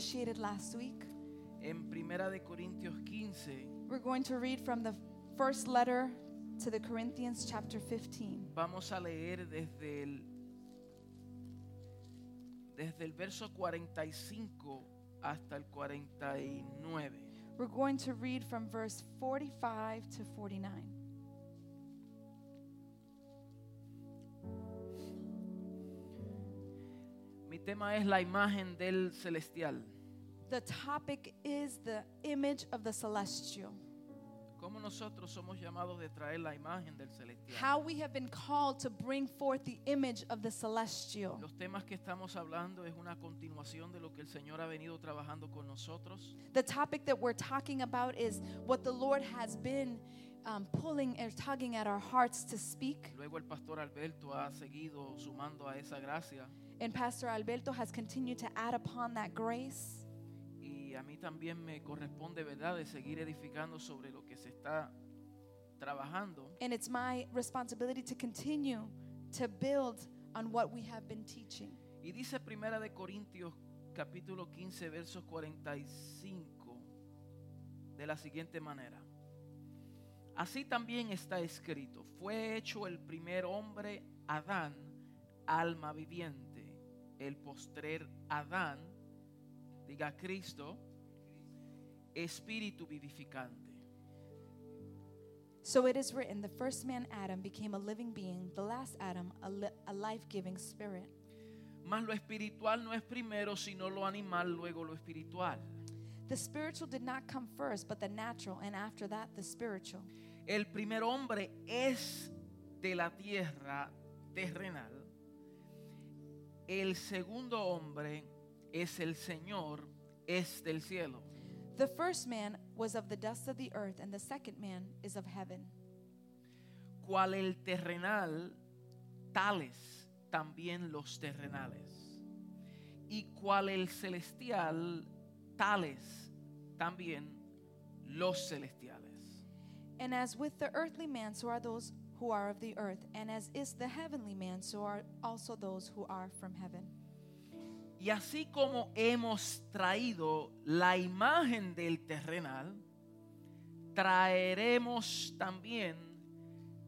initiated last week. En Primera de Corintios 15 We're going to read from the first letter to the Corinthians, chapter 15. vamos a leer desde el desde el verso 45 hasta el 49. We're going to read from verse 45 to 49. Mi tema es la imagen del celestial. The topic is the image of the celestial, ¿Cómo nosotros somos llamados de traer la imagen del celestial? how we have been called to bring forth the image of the celestial. Los temas que estamos hablando es una continuación de lo que el Señor ha venido trabajando con nosotros. The topic that we're talking about is what the Lord has been um, pulling and tugging at our hearts to speak. Luego el pastor Alberto ha seguido sumando a esa gracia And Pastor Alberto has continued to add upon that grace. y a mí también me corresponde, ¿verdad?, de seguir edificando sobre lo que se está trabajando. And it's my responsibility to continue to build on what we have been teaching. Y dice Primera de Corintios capítulo 15 versos 45 de la siguiente manera. Así también está escrito, fue hecho el primer hombre Adán, alma viviente, el postrer Adán, diga Cristo, espíritu vivificante. So it is written the first man, Adam, became a living being, the last Adam, a, li- a life giving spirit. Mas lo espiritual no es primero, sino lo animal, luego lo espiritual. The spiritual did not come first, but the natural, and after that, the spiritual. El primer hombre es de la tierra terrenal. El segundo hombre es el Señor, es del cielo. The first man was of the dust of the earth, and the second man is of heaven. Cual el terrenal, tales también los terrenales. Y cual el celestial, tales también los celestiales. And as with the earthly man, so are those who are of the earth, and as is the heavenly man, so are also those who are from heaven. Y así como hemos traído la imagen del terrenal, traeremos también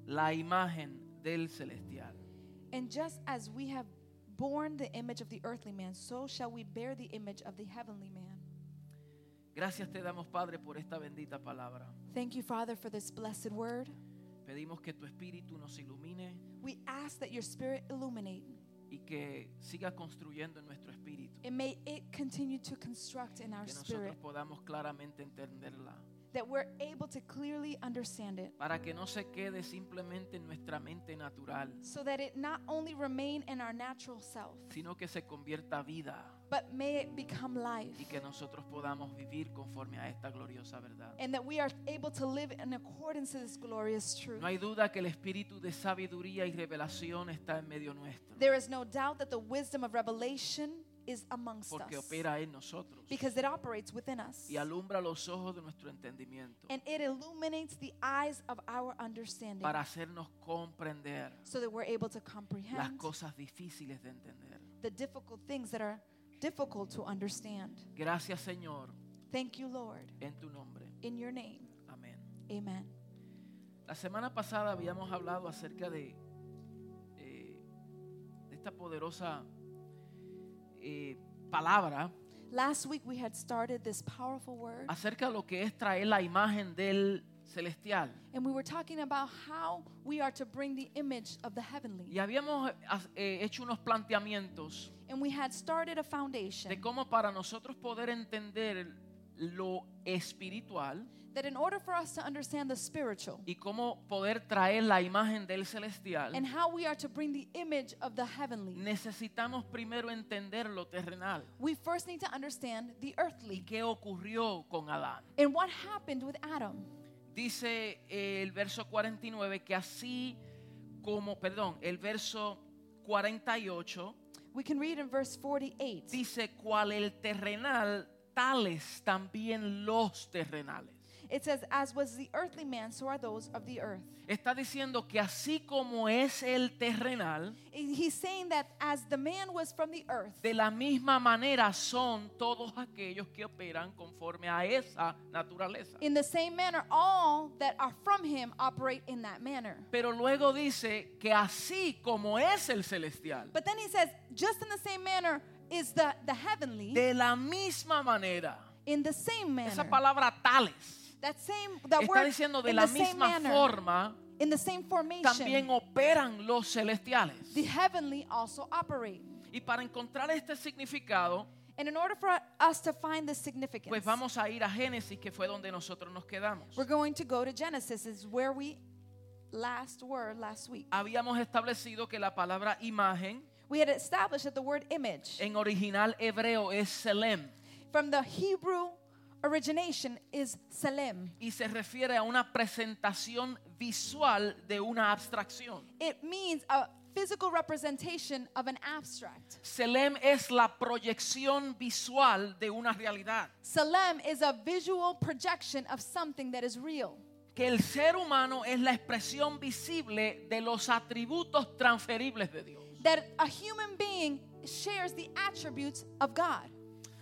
la imagen del celestial. And just as we have borne the image of the earthly man, so shall we bear the image of the heavenly man. Gracias te damos, Padre, por esta bendita palabra. Thank you, Father, for this blessed word. Pedimos que tu espíritu nos ilumine We ask that your spirit illuminate. y que siga construyendo en nuestro espíritu. And may it continue to construct in our Que nosotros spirit podamos claramente entenderla. that we're able to clearly understand it Para que no se quede simplemente en nuestra mente natural, so that it not only remain in our natural self sino que se convierta a vida. but may it become life y que nosotros podamos vivir conforme a esta gloriosa verdad. and that we are able to live in accordance to this glorious truth No hay duda que el espíritu de sabiduría y revelación está en medio nuestro, there is no doubt that the wisdom of revelation is amongst porque us opera en nosotros because it operates within us y alumbra los ojos de nuestro entendimiento and it illuminates the eyes of our understanding para hacernos comprender so that we're able to las comprehend cosas difíciles de entender. the difficult things that are difficult to understand. Gracias Señor, Thank you, Lord, en tu nombre. in your name. Amén. Amen. La semana pasada habíamos hablado acerca de, eh, de esta poderosa eh, palabra Last week we had started this powerful word acerca de lo que es traer la imagen del celestial. and we were talking about how we are to bring the image of the Y heavenly. habíamos eh, as- eh, hecho unos planteamientos And we had started a de foundation cómo para nosotros poder entender lo espiritual that in order for us to understand the spiritual y cómo poder traer la imagen del celestial, and how we are to bring the image of the heavenly, necesitamos primero entender lo terrenal we first need to understand the y earthly qué ocurrió con Adán. and what happened with Adam. Dice eh, el verso 49 que así como, perdón, el verso 48 We can read in verse 48. dice cual el terrenal, tales también los terrenales. It says, As was the earthly man, so are those of the earth. Está diciendo que así como es el terrenal, And He's saying that as the man was from the earth, de la misma manera son todos aquellos que operan conforme a esa naturaleza. in the same manner, all that are from him operate in that manner. Pero luego dice que así como es el celestial, But then he says, Just in the same manner is the, the heavenly, de la misma manera, in the same esa manner. palabra tales That same, that está word, diciendo de in la the same misma manner, forma in the same también formation, operan los celestiales. the heavenly also operate. Y para encontrar este significado, And in order for us to find the significance, pues vamos a ir a Génesis, que fue donde nosotros nos quedamos. we're going to go to Genesis, is where we last were last week. Habíamos establecido que la palabra imagen We had established that the word image en original hebreo es selem from the Hebrew origination is Salem. y se refiere a una presentación visual de una abstracción. It means a physical representation of an abstract. Selem es la proyección visual de una realidad. Salem is a visual projection of something that is real. Que el ser humano es la expresión visible de los atributos transferibles de Dios. That a human being shares the attributes of God.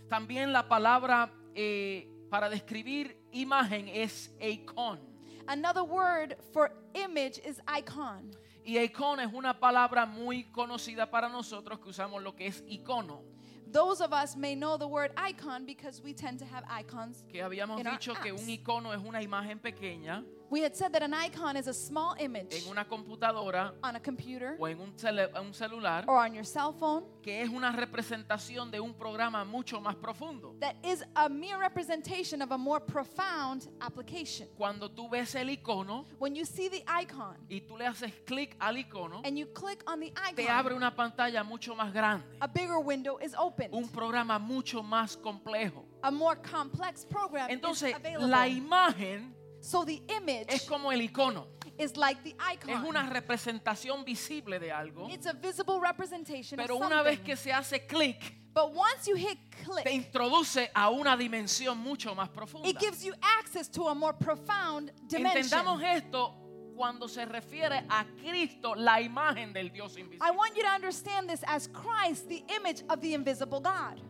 También la palabra eh, para describir imagen es icon. Another word for image is icon. Y icon es una palabra muy conocida para nosotros que usamos lo que es icono. Those of us may know the word icon because we tend to have icons. Que habíamos In our dicho que apps. un icono es una imagen pequeña We had said that an icon is a small image en una computadora on a computer o en un, cele- un celular or on your cell phone que es una representación de un programa mucho más profundo. that is a mere representation of a more profound application. Cuando tú ves el icono When you see the icon y tú le haces clic al icono, and you click on the te abre icon, una pantalla mucho más grande, a bigger window is un opened. programa mucho más complejo. A more complex program is Entonces, la available. imagen So the es image como el icono, is like the es una icon. representación visible de algo, It's a visible representation of pero una vez que something. se hace clic, But once you hit te click, introduce a una dimensión mucho más profunda. it gives you access to a more profound Entendamos dimension. esto cuando se refiere a Cristo, la imagen del Dios I invisible. want you to understand this as Christ, the image of the invisible God.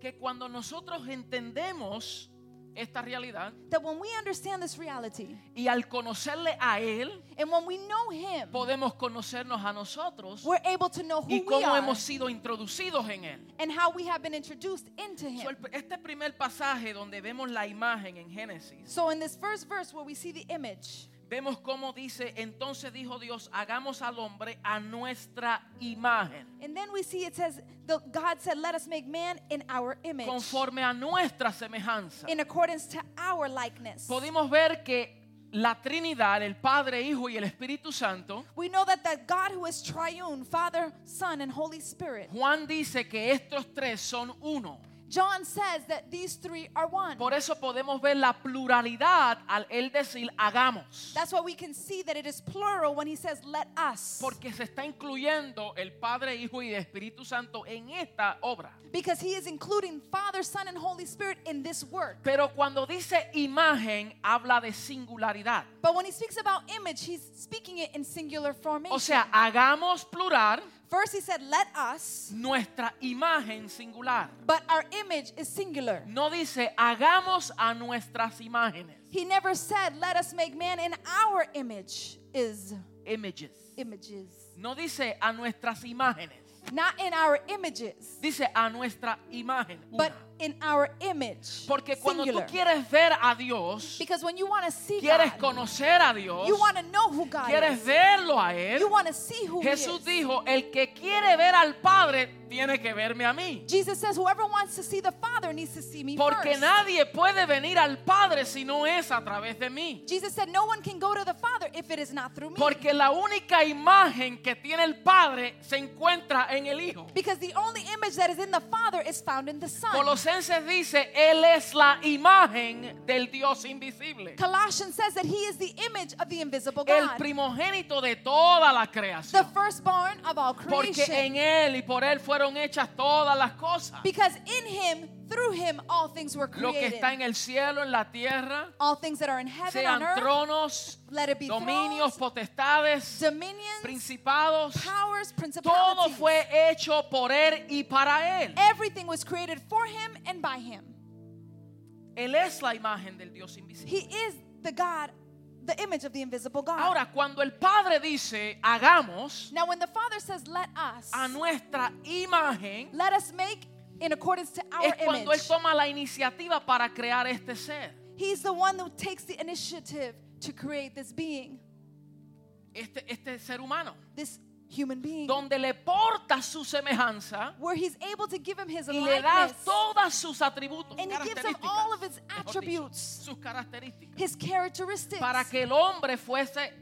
Que cuando nosotros entendemos esta realidad That when we understand this reality y al conocerle a Él, and when we know Him, podemos conocernos a nosotros we're able to know y who we cómo are hemos sido introducidos en Él. and how we have been introduced into So, el- Him. Este primer pasaje donde vemos la imagen en Génesis, So, in this first verse where we see the image, vemos cómo dice, entonces dijo Dios, hagamos al hombre a nuestra imagen, and then we see it says, the, God said, Let us make man in our image, conforme a nuestra semejanza. in accordance to our likeness. podemos ver que la Trinidad, el Padre, Hijo y el Espíritu Santo, We know that that God who is triune, Father, Son, and Holy Spirit. Juan dice que estos tres son uno. John says that these three are one. Por eso podemos ver la pluralidad al él decir hagamos. That's why we can see that it is plural when he says, Let us. Porque se está incluyendo el Padre, Hijo y el Espíritu Santo en esta obra. Because he is including Father, Son, and Holy Spirit in this work. Pero cuando dice imagen, habla de singularidad. But when he speaks about image, he's speaking it in singular formation. O sea, hagamos plural First, he said, Let us, nuestra imagen singular. but our image is singular. No dice hagamos a nuestras imágenes. He never said, Let us make man in our image, is Images. images. No dice a nuestras imágenes. Not in our images, Dice a nuestra imagen. una. but in our image. Porque cuando singular. tú quieres ver a Dios, Because when you want to see quieres God, conocer a Dios, you want to know who God quieres is. verlo a Él. You want to see who Jesús He is. dijo, el que quiere ver al Padre tiene que verme a mí. Jesus says, whoever wants to see the Father needs to see me Porque first. nadie puede venir al Padre si no es a través de mí. Jesus said, no one can go to the Father if it is not through me. Porque la única imagen que tiene el Padre se encuentra en el Hijo. because the only image that is in the Father is found in the Son. Colosenses dice, Él es la imagen del Dios invisible. Colossians says that he is the image of the invisible El God, primogénito de toda la the creación. firstborn of all Porque en creation. Él y por Él fueron hechas todas las cosas. Because in him, through him, all things were Lo que created. está en el cielo, en la tierra, All things that are in heaven, on sean earth, tronos, let it be thrones, dominios, potestades, dominions, principados. powers, Todo principalities. fue hecho por Él y para Él. Everything was created for him and by him. Él es la imagen del Dios invisible. He is the God, the image of the invisible God. Ahora, cuando el Padre dice, hagamos now, when the Father says, "Let us," a nuestra imagen, let us make in accordance to es our cuando Él image. toma la iniciativa para crear este ser. He's the one who takes the initiative to create this being, este, este ser humano, this human being, donde le porta su semejanza where He's able to give him His y le da likeness, todos sus atributos, And he gives them características, all of his mejor attributes. sus características, His characteristics, para que el hombre fuese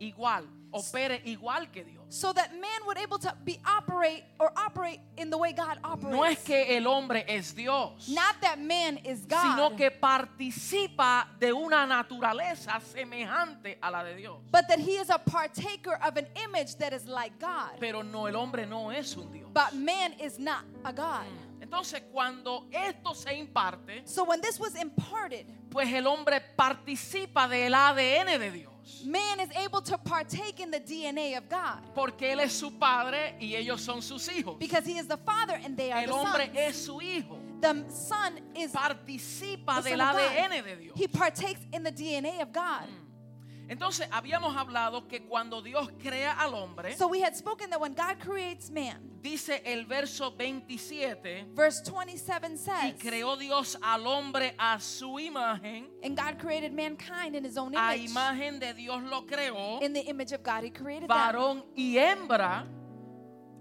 igual, opere igual que Dios. so that man would able to be operate or operate in the way God operates. No es que el hombre es Dios, Not that man is God, sino que participa de una naturaleza semejante a la de Dios. but that he is a partaker of an image that is like God. Pero no, el hombre no es un Dios. But man is not a God. Entonces, cuando esto se imparte, So when this was imparted, Pues el hombre participa del ADN de Dios. man is able to partake in the DNA of God Porque él es su padre y ellos son sus hijos. because he is the Father and they are El the hombre sons. es su hijo. The Son is the Participa Son del of God. ADN de Dios. Mm, He partakes in the DNA of God. Entonces habíamos hablado que cuando Dios crea al hombre, So we had spoken that when God creates man, dice el verso 27, verse 27 y says, creó Dios al hombre a su imagen, and God created mankind in his own a image. imagen de Dios lo creó, In the image of God, he created them. varón y hembra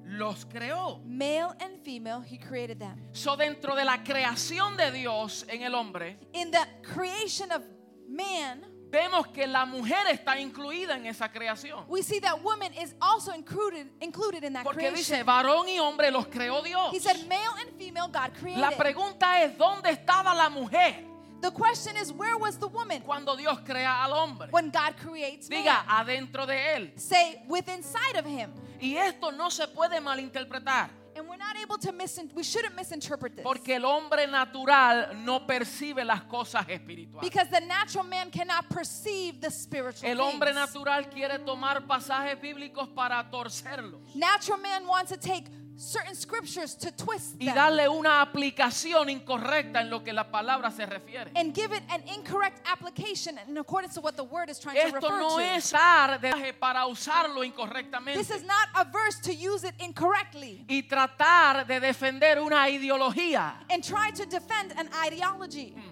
los creó. Male and female, he created them. So dentro de la creación de Dios en el hombre, In the creation of man, vemos que la mujer está incluida en esa creación. we see that woman is also included included in that Porque creation. dice, varón y hombre los creó Dios. He said, male and female, God created. La pregunta es, ¿dónde estaba la mujer the question is, where was the woman cuando Dios crea al hombre? when God creates man? Diga, adentro de él. Say, within sight of him. Y esto no se puede malinterpretar, And we're not able to mis we shouldn't misinterpret this. porque el hombre natural no percibe las cosas espirituales. because the natural man cannot perceive the spiritual El hombre things. natural quiere tomar pasajes bíblicos para torcerlos Natural man wants to take certain scriptures to twist y them darle una aplicación incorrecta en lo que la palabra se refiere. and give it an incorrect application in accordance to what the word is trying to Esto refer no to. es usar de- para usarlo This incorrectamente is not a verse to use it incorrectly y tratar de defender una ideología. and try to defend an ideology. Hmm.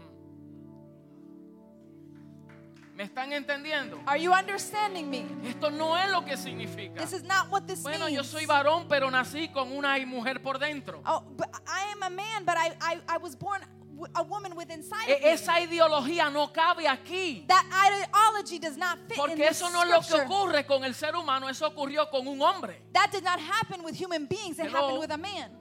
¿Me están entendiendo? Are you understanding me? Esto no es lo que significa. This is not what this Bueno, means. yo soy varón, pero nací con una mujer por dentro. Oh, but I am a man, but I, I, I was born w- a woman with inside of me. E- esa ideología no cabe aquí. That ideology does not fit in Porque this eso no es lo que scripture. ocurre con el ser humano, eso ocurrió con un hombre. That did not happen with human beings. It Hello. happened with a man.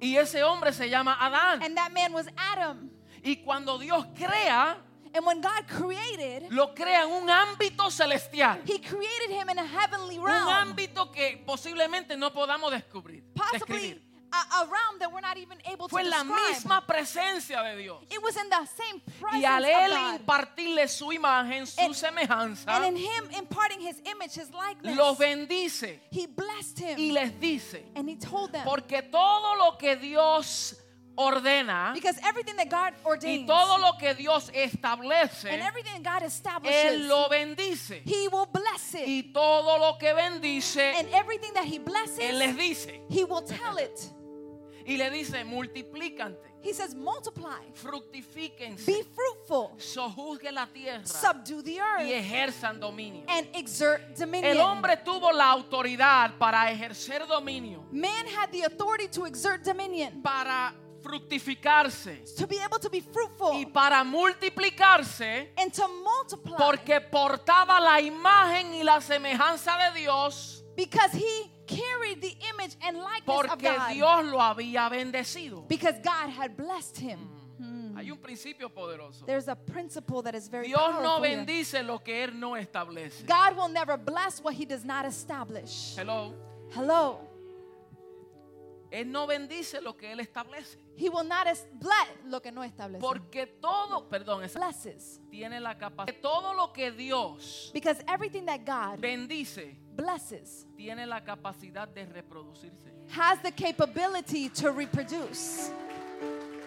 Y ese hombre se llama Adán. And that man was Adam. Y cuando Dios crea, And when God created, lo crea en un ámbito celestial. He created him in a heavenly un realm. ámbito que posiblemente no podamos descubrir. Possibly describir. a, a realm that we're not even able to Fue en la describe. misma presencia de Dios. It was in the same presence Y al él of God. impartirle su imagen, su And- semejanza, And in him imparting his image, his likeness, los bendice he blessed him. y les dice, and he told them, porque todo lo que Dios ordena because everything that God y ordains todo lo que Dios and establece, everything that God establishes, él lo bendice. he will bless it. Y todo lo que bendice, and everything that he blesses, él les dice. he will tell it. Y le dice, multiplícate, He says, multiply, be fructifíquense, fruitful, sojuzgue la tierra. subdue the earth, y ejerzan dominio. and exert dominion. El hombre tuvo la autoridad para ejercer dominio, Man had the authority to exert dominion, para fructificarse to be able to be fruitful, y para multiplicarse, and to multiply. porque portaba la imagen y la semejanza de Dios because he carried the image and likeness of porque God Dios lo había bendecido. because God had blessed him. Hay un principio poderoso. There's a principle that is very Dios no powerful here. bendice lo que Él no establece. God will never bless what he does not establish. Hello. Hello. Él no bendice lo que Él establece. He will not es- bless lo que no establece. Porque todo, perdón, esa- blesses. tiene la capacidad. Todo lo que Dios Because everything that God bendice blesses tiene la capacidad de reproducirse. has the capability to reproduce,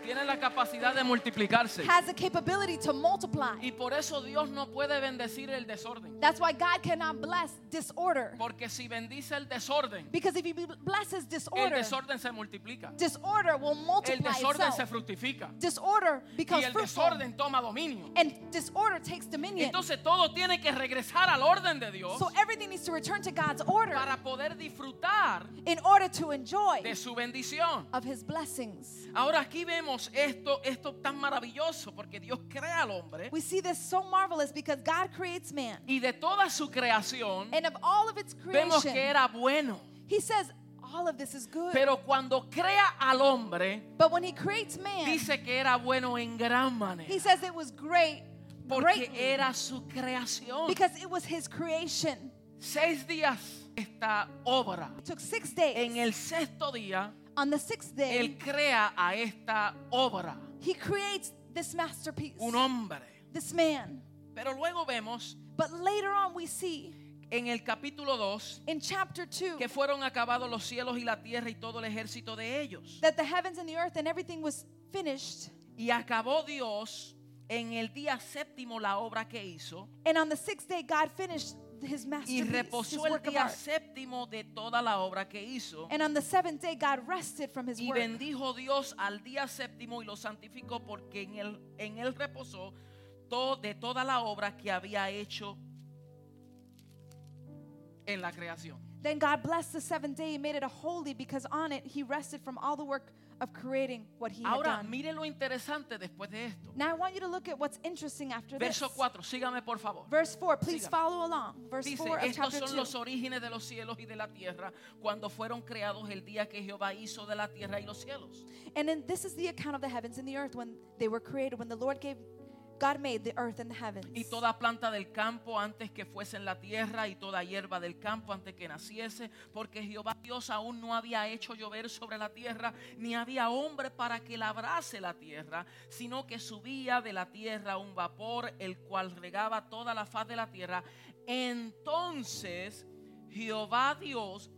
Tiene la capacidad de multiplicarse. has the capability to multiply. Y por eso Dios no puede bendecir el desorden. That's why God cannot bless disorder. Porque si bendice el desorden, Because if he be- blesses el disorder, desorden se multiplica. disorder will El multiply desorden se itself. fructifica. Disorder Y becomes el fruitful. desorden toma dominio. And disorder takes dominion. Entonces todo tiene que regresar al orden de Dios So everything needs to return to God's order para poder disfrutar in order to enjoy de su bendición. of his blessings. Ahora aquí vemos esto, esto tan maravilloso porque Dios crea al hombre We see this so marvelous because God creates man. y de toda su creación And of all of its vemos que creation, era bueno. he says all of this is good. Pero cuando crea al hombre But when he creates man, dice que era bueno en gran manera he says it was great, porque great era su creación. because it was his creation. Seis días esta obra. It took six En days. el sexto día On the sixth day, él crea a esta obra he creates this masterpiece, un hombre. this man. Pero luego vemos But later on, we see en el capítulo 2 in chapter 2 que fueron acabados los cielos y la tierra y todo el ejército de ellos. that the heavens and the earth and everything was finished. Y acabó Dios en el día séptimo la obra que hizo And on the sixth day, God finished his y masterpiece, his reposó el work of día art. séptimo de toda la obra que hizo. And on the seventh day, God rested from his Y work. bendijo Dios al día séptimo y lo santificó porque en él, en él reposó todo, de toda la obra que había hecho en la creación. Then God blessed the seventh day and made it a holy because on it he rested from all the work of creating what he had Ahora done. mire lo interesante después de esto. Now I want you to look at what's interesting after this. Verso 4, sígame por favor. Verse 4, please Sígame. follow along. Verse Dice, 4 of estos chapter son los 2. orígenes de los cielos y de la tierra cuando fueron creados el día que Jehová hizo de la tierra y los cielos. And then this is the account of the heavens and the earth when they were created, when the Lord gave, God made the earth and the heavens. Y toda planta del campo antes que fuese en la tierra y toda hierba del campo antes que naciese, porque Jehová Dios aún no había hecho llover sobre la tierra, ni había hombre para que labrase la tierra, sino que subía de la tierra un vapor, el cual regaba toda la faz de la tierra. Entonces Jehová Dios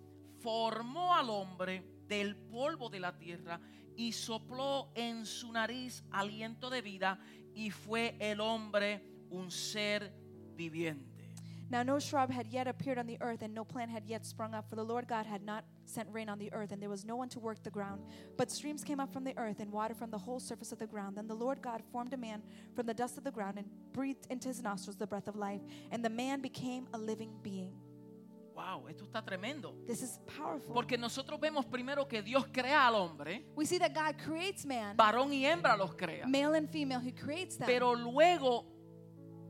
formó al hombre del polvo de la tierra y sopló en su nariz aliento de vida y fue el hombre un ser viviente. Now no shrub had yet appeared on the earth, and no plant had yet sprung up, for the Lord God had not sent rain on the earth, and there was no one to work the ground. But streams came up from the earth, and water from the whole surface of the ground. Then the Lord God formed a man from the dust of the ground, and breathed into his nostrils the breath of life, and the man became a living being. Wow, esto está tremendo. This is powerful. Porque nosotros vemos primero que Dios crea al hombre, we see that God creates man, varón y hembra los crea. male and female, He creates them. Pero luego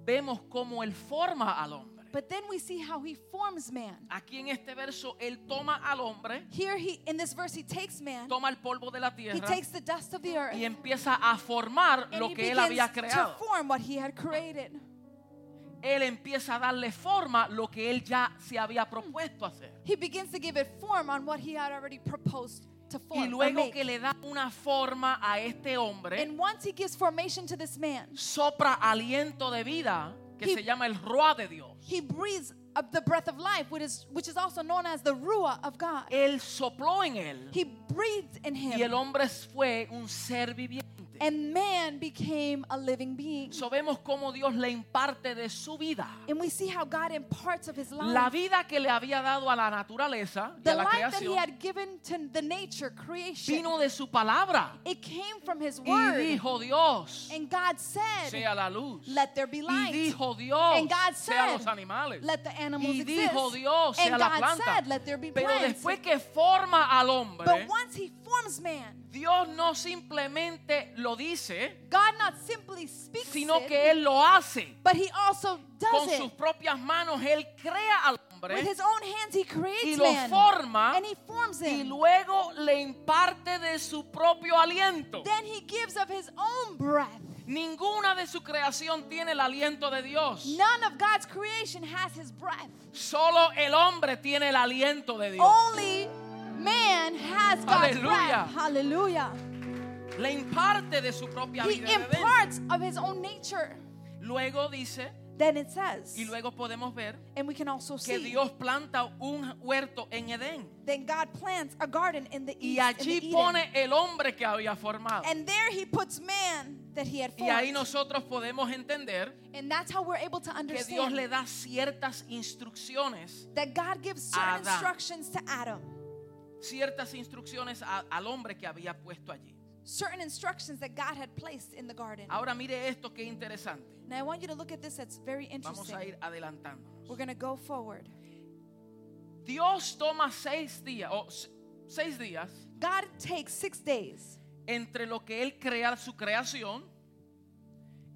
vemos cómo Él forma al hombre. but then we see how He forms man. Aquí en este verso Él toma al hombre, Here He, in this verse, He takes man, toma el polvo de la He tierra takes the dust of the earth, y empieza a formar and lo He que Él begins había to creado. form what He had created. Él empieza a darle forma lo que Él ya se Mm. había propuesto hacer. He begins to give it form on what he had already proposed to form. Y or luego make. que le da una forma a este hombre, and once he gives formation to this man, sopra aliento de vida que He- se llama el Ruá de Dios. he breathes up the breath of life, which is, which is also known as the Ruah of God. Él sopló en él He breathed in him, y el hombre fue un ser viviente. and man became a living being. So vemos cómo Dios le imparte de su vida. and we see how God imparts of his life. La vida que le había dado a la naturaleza, y the a la life that he creación, had given to the nature, creation, vino de su palabra. it came from his Y word. dijo Dios, and God said, sea la luz. Let there be Y light. dijo Dios, And God sea said, los animales. Let the animals Y exist. dijo Dios, sea and la God planta. said, Let there be Pero plants. después ¿eh? que forma al hombre, But once he forms man, Dios no simplemente lo dice, God not simply speaks sino it, que Él lo hace. but he also does Con sus it. propias manos Él crea al hombre With his own hands, he y creates lo man. forma and he forms y him. luego le imparte de su propio aliento. Then he gives of his own breath. Ninguna de su creación tiene el aliento de Dios. None of God's creation has his breath. Solo el hombre tiene el aliento de Dios. Only man has God's breath. Hallelujah. Le imparte de su propia He vida. de dentro. imparts of his own nature. Luego dice, Then it says, y luego podemos ver and we can also que see, Dios planta un huerto en Edén. then God plants a garden in the Y east. in the allí Eden. pone el hombre que había formado. and there he puts man that he had Y formed. ahí nosotros podemos entender and that's how we're able to que Dios understand le da ciertas instrucciones, that God gives certain Adán. instructions to Adam, ciertas instrucciones a- al hombre que había puesto allí. certain instructions that God had placed in the garden. Ahora mire esto que interesante. Now I want you to look at this. That's very Vamos interesting. a ir adelantándonos. We're going to go forward. Dios toma seis días o se- seis días God takes six days entre lo que él crea su creación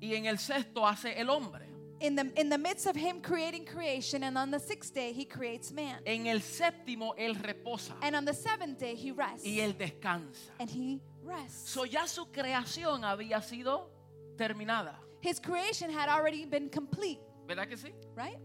y en el sexto hace el hombre. in the in the midst of Him creating creation, and on the sixth day He creates man, En el séptimo él reposa and on the seventh day He rests, y él descansa. and He rests. So ya su creación había sido terminada, His creation had already been complete, ¿verdad que sí? right?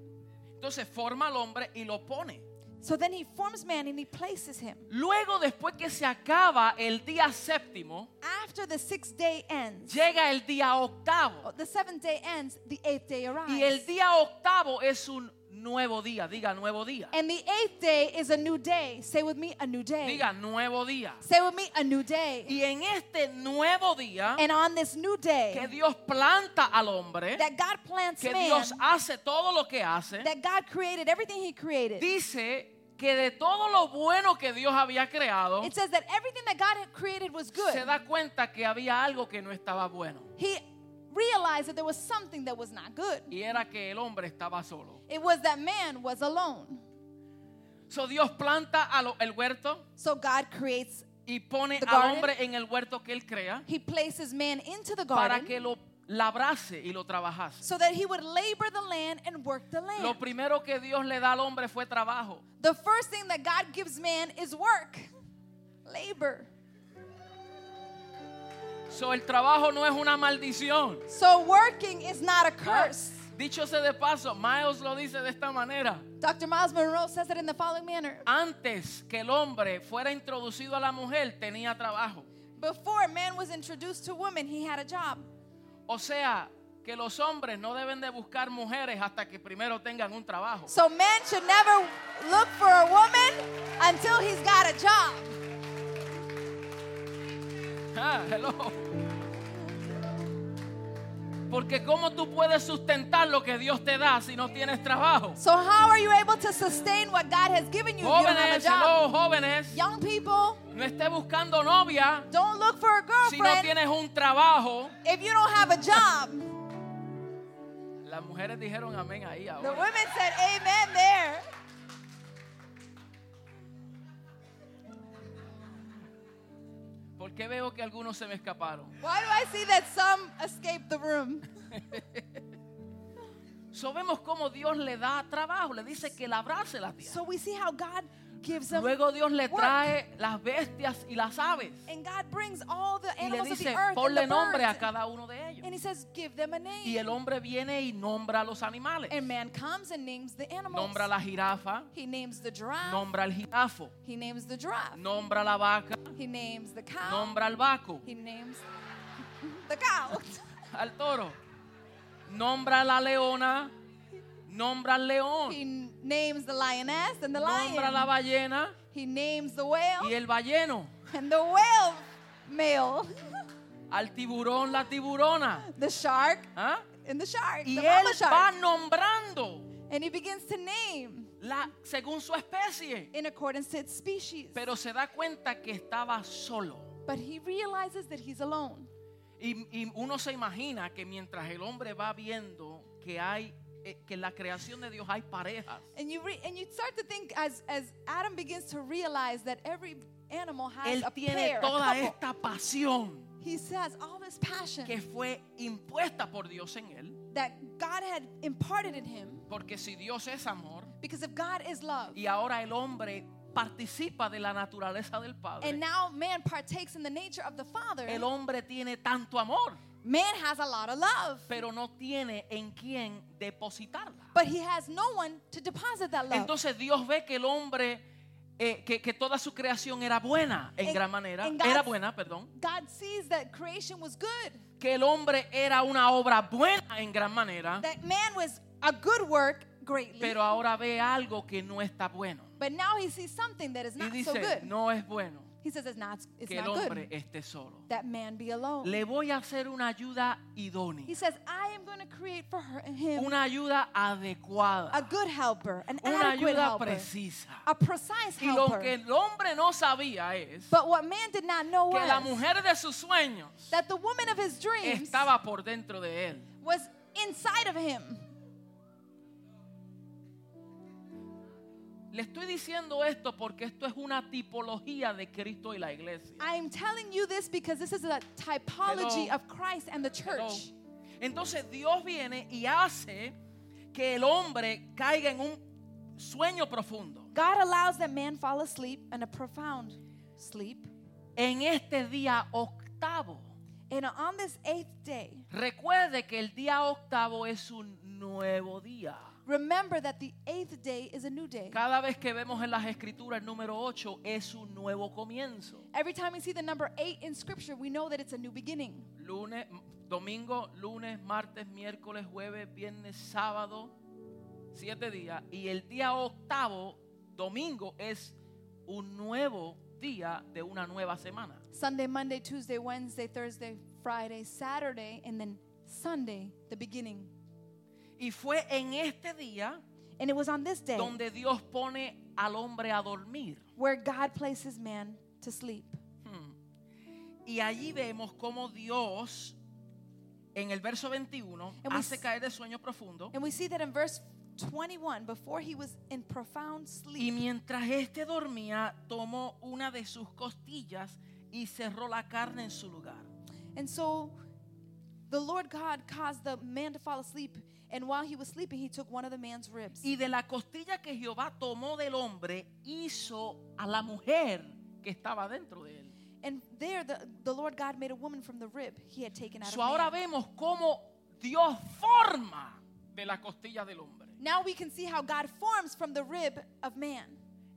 Entonces forma al hombre y lo pone. So then He forms man and He places him. Luego después que se acaba el día séptimo, After the sixth day ends, llega el día octavo. oh, the seventh day ends, the eighth day arrives, Y el día octavo es un nuevo día. Diga nuevo día. and the eighth day is a new day. Say with me, a new day. Diga nuevo día. Say with me, a new day. Y en este nuevo día And on this new day que Dios planta al hombre, Eh, that God plants que man, Dios hace todo lo que hace, that God created everything He created. dice que de todo lo bueno que Dios había creado, It says that everything that God had created was good. se da cuenta que había algo que no estaba bueno. He realized that there was something that was not good. Y era que el hombre estaba solo. It was that man was alone. So Dios planta a lo- el huerto So God creates, y pone The al garden. hombre en el huerto que él crea He places man into the para garden que lo labrase y lo trabajase. so that he would labor the land and work the Lo land. primero que Dios le da al hombre fue trabajo. The first thing that God gives man is work, labor. So el trabajo no es una maldición. So working is not a ¿ah? curse. Dicho sea de paso, Miles lo dice de esta manera. Dr. Miles Monroe says it in the following manner. Antes que el hombre fuera introducido a la mujer, tenía trabajo. Before man was introduced to woman, he had a job. O sea, que los hombres no deben de buscar mujeres hasta que primero tengan un trabajo. So man should never look for a woman until he's got a job. Ah, hello. Porque cómo tú puedes sustentar lo que Dios te da si no tienes trabajo. So how are you able to sustain what God has given you if you don't have a Jóvenes, job? hello, jóvenes, Young people, no estés buscando novia don't look for a si no girlfriend tienes un trabajo. if you don't have a job. Las mujeres dijeron amén ahí The ahora. women said amen there. Porque veo que algunos se me escaparon. Why do I see that some escaped the room? So vemos cómo Dios le da trabajo, le dice que labrase la tierra. So we see how God gives them Luego Dios le work. trae las bestias y las aves and God brings all the y le animals of the dice earth and ponle the nombre a birds. cada uno de ellos. And he says, give them a Y name. el hombre viene y nombra a los animales. And man comes and names the animals. Nombra la jirafa, He names the giraffe. nombra al jirafo, He names the giraffe. nombra la vaca, He names the cow. nombra al vaco, He names the cow. al toro, nombra a la leona, nombra al león, He n- names the lioness and the nombra a lion. la ballena He names the y whale el balleno, and the whale male. al tiburón, la tiburona. The shark ¿ah? and the shark. Y the él mama va shark. nombrando And he begins to name la, según su especie, in accordance to its species. pero se da cuenta que estaba solo. But he realizes that he's alone. Y, y uno se imagina que mientras el hombre va viendo que hay eh, que en la creación de Dios hay parejas, And you re- and you start to think as as Adam begins to realize that every animal has él a tiene pair, a toda couple. esta pasión He says all this passion que fue impuesta por Dios en él, that God had imparted in him. porque si Dios es amor, Because if God is love, y ahora el hombre participa de la naturaleza del and Padre, now man partakes in the nature of the Father, el hombre tiene tanto amor, man has a lot of love, pero no tiene en quién depositarla. but he has no one to deposit that love. Entonces Dios ve que el hombre, eh, que, que toda su creación era buena, en En- gran manera, en God's- era buena, perdón, God sees that creation was good, que el hombre era una obra buena en gran manera, that man was a good work greatly, pero ahora ve algo que no está bueno. but now he sees something that is Y not so dice, good. no es bueno He says it's not, it's que el not hombre good esté solo. that man be alone. Le voy a hacer una ayuda idónea. He says, I am going to create for her, him una ayuda a adecuada, good helper, an una adequate ayuda helper, precisa. a precise Y lo helper. que el hombre no sabía es but what man did not know que la was mujer de sus sueños that the woman of his dreams estaba por dentro de él. was inside of him. Le estoy diciendo esto porque esto es una tipología de Cristo y la iglesia. I am telling you this because this is a typology Hello. of Christ and the church. Hello. Entonces Dios viene y hace que el hombre caiga en un sueño profundo. God allows that man fall asleep in a profound sleep. En este día octavo, And on this eighth day, recuerde que el día octavo es un nuevo día. remember that the eighth day is a new day. Cada vez que vemos en las escrituras el número 8 es un nuevo comienzo. Every time we see the number eight in scripture, we know that it's a new beginning. Lunes, m- domingo, lunes, martes, miércoles, jueves, viernes, sábado, siete días. Y el día octavo, domingo, es un nuevo día de una nueva semana. Sunday, Monday, Tuesday, Wednesday, Thursday, Friday, Saturday, and then Sunday, the beginning. Y fue en este día And it was on this day donde Dios pone al hombre a dormir. where God places man to sleep. Hmm. Y allí vemos cómo Dios, en el verso 21, And we hace s- caer de sueño profundo. And we see that in verse 21, before he was in profound Y sleep, mientras éste dormía, tomó una de sus costillas y cerró la carne en su lugar. and so the Lord God caused the man to fall asleep. And while he was sleeping, he took one of the man's ribs. Y de la costilla que Jehová tomó del hombre, hizo a la mujer que estaba dentro de él. And there, the, the Lord God made a woman from the rib he had taken out So of ahora man. vemos cómo Dios forma de la costilla del hombre Now we can see how God forms from the rib of man.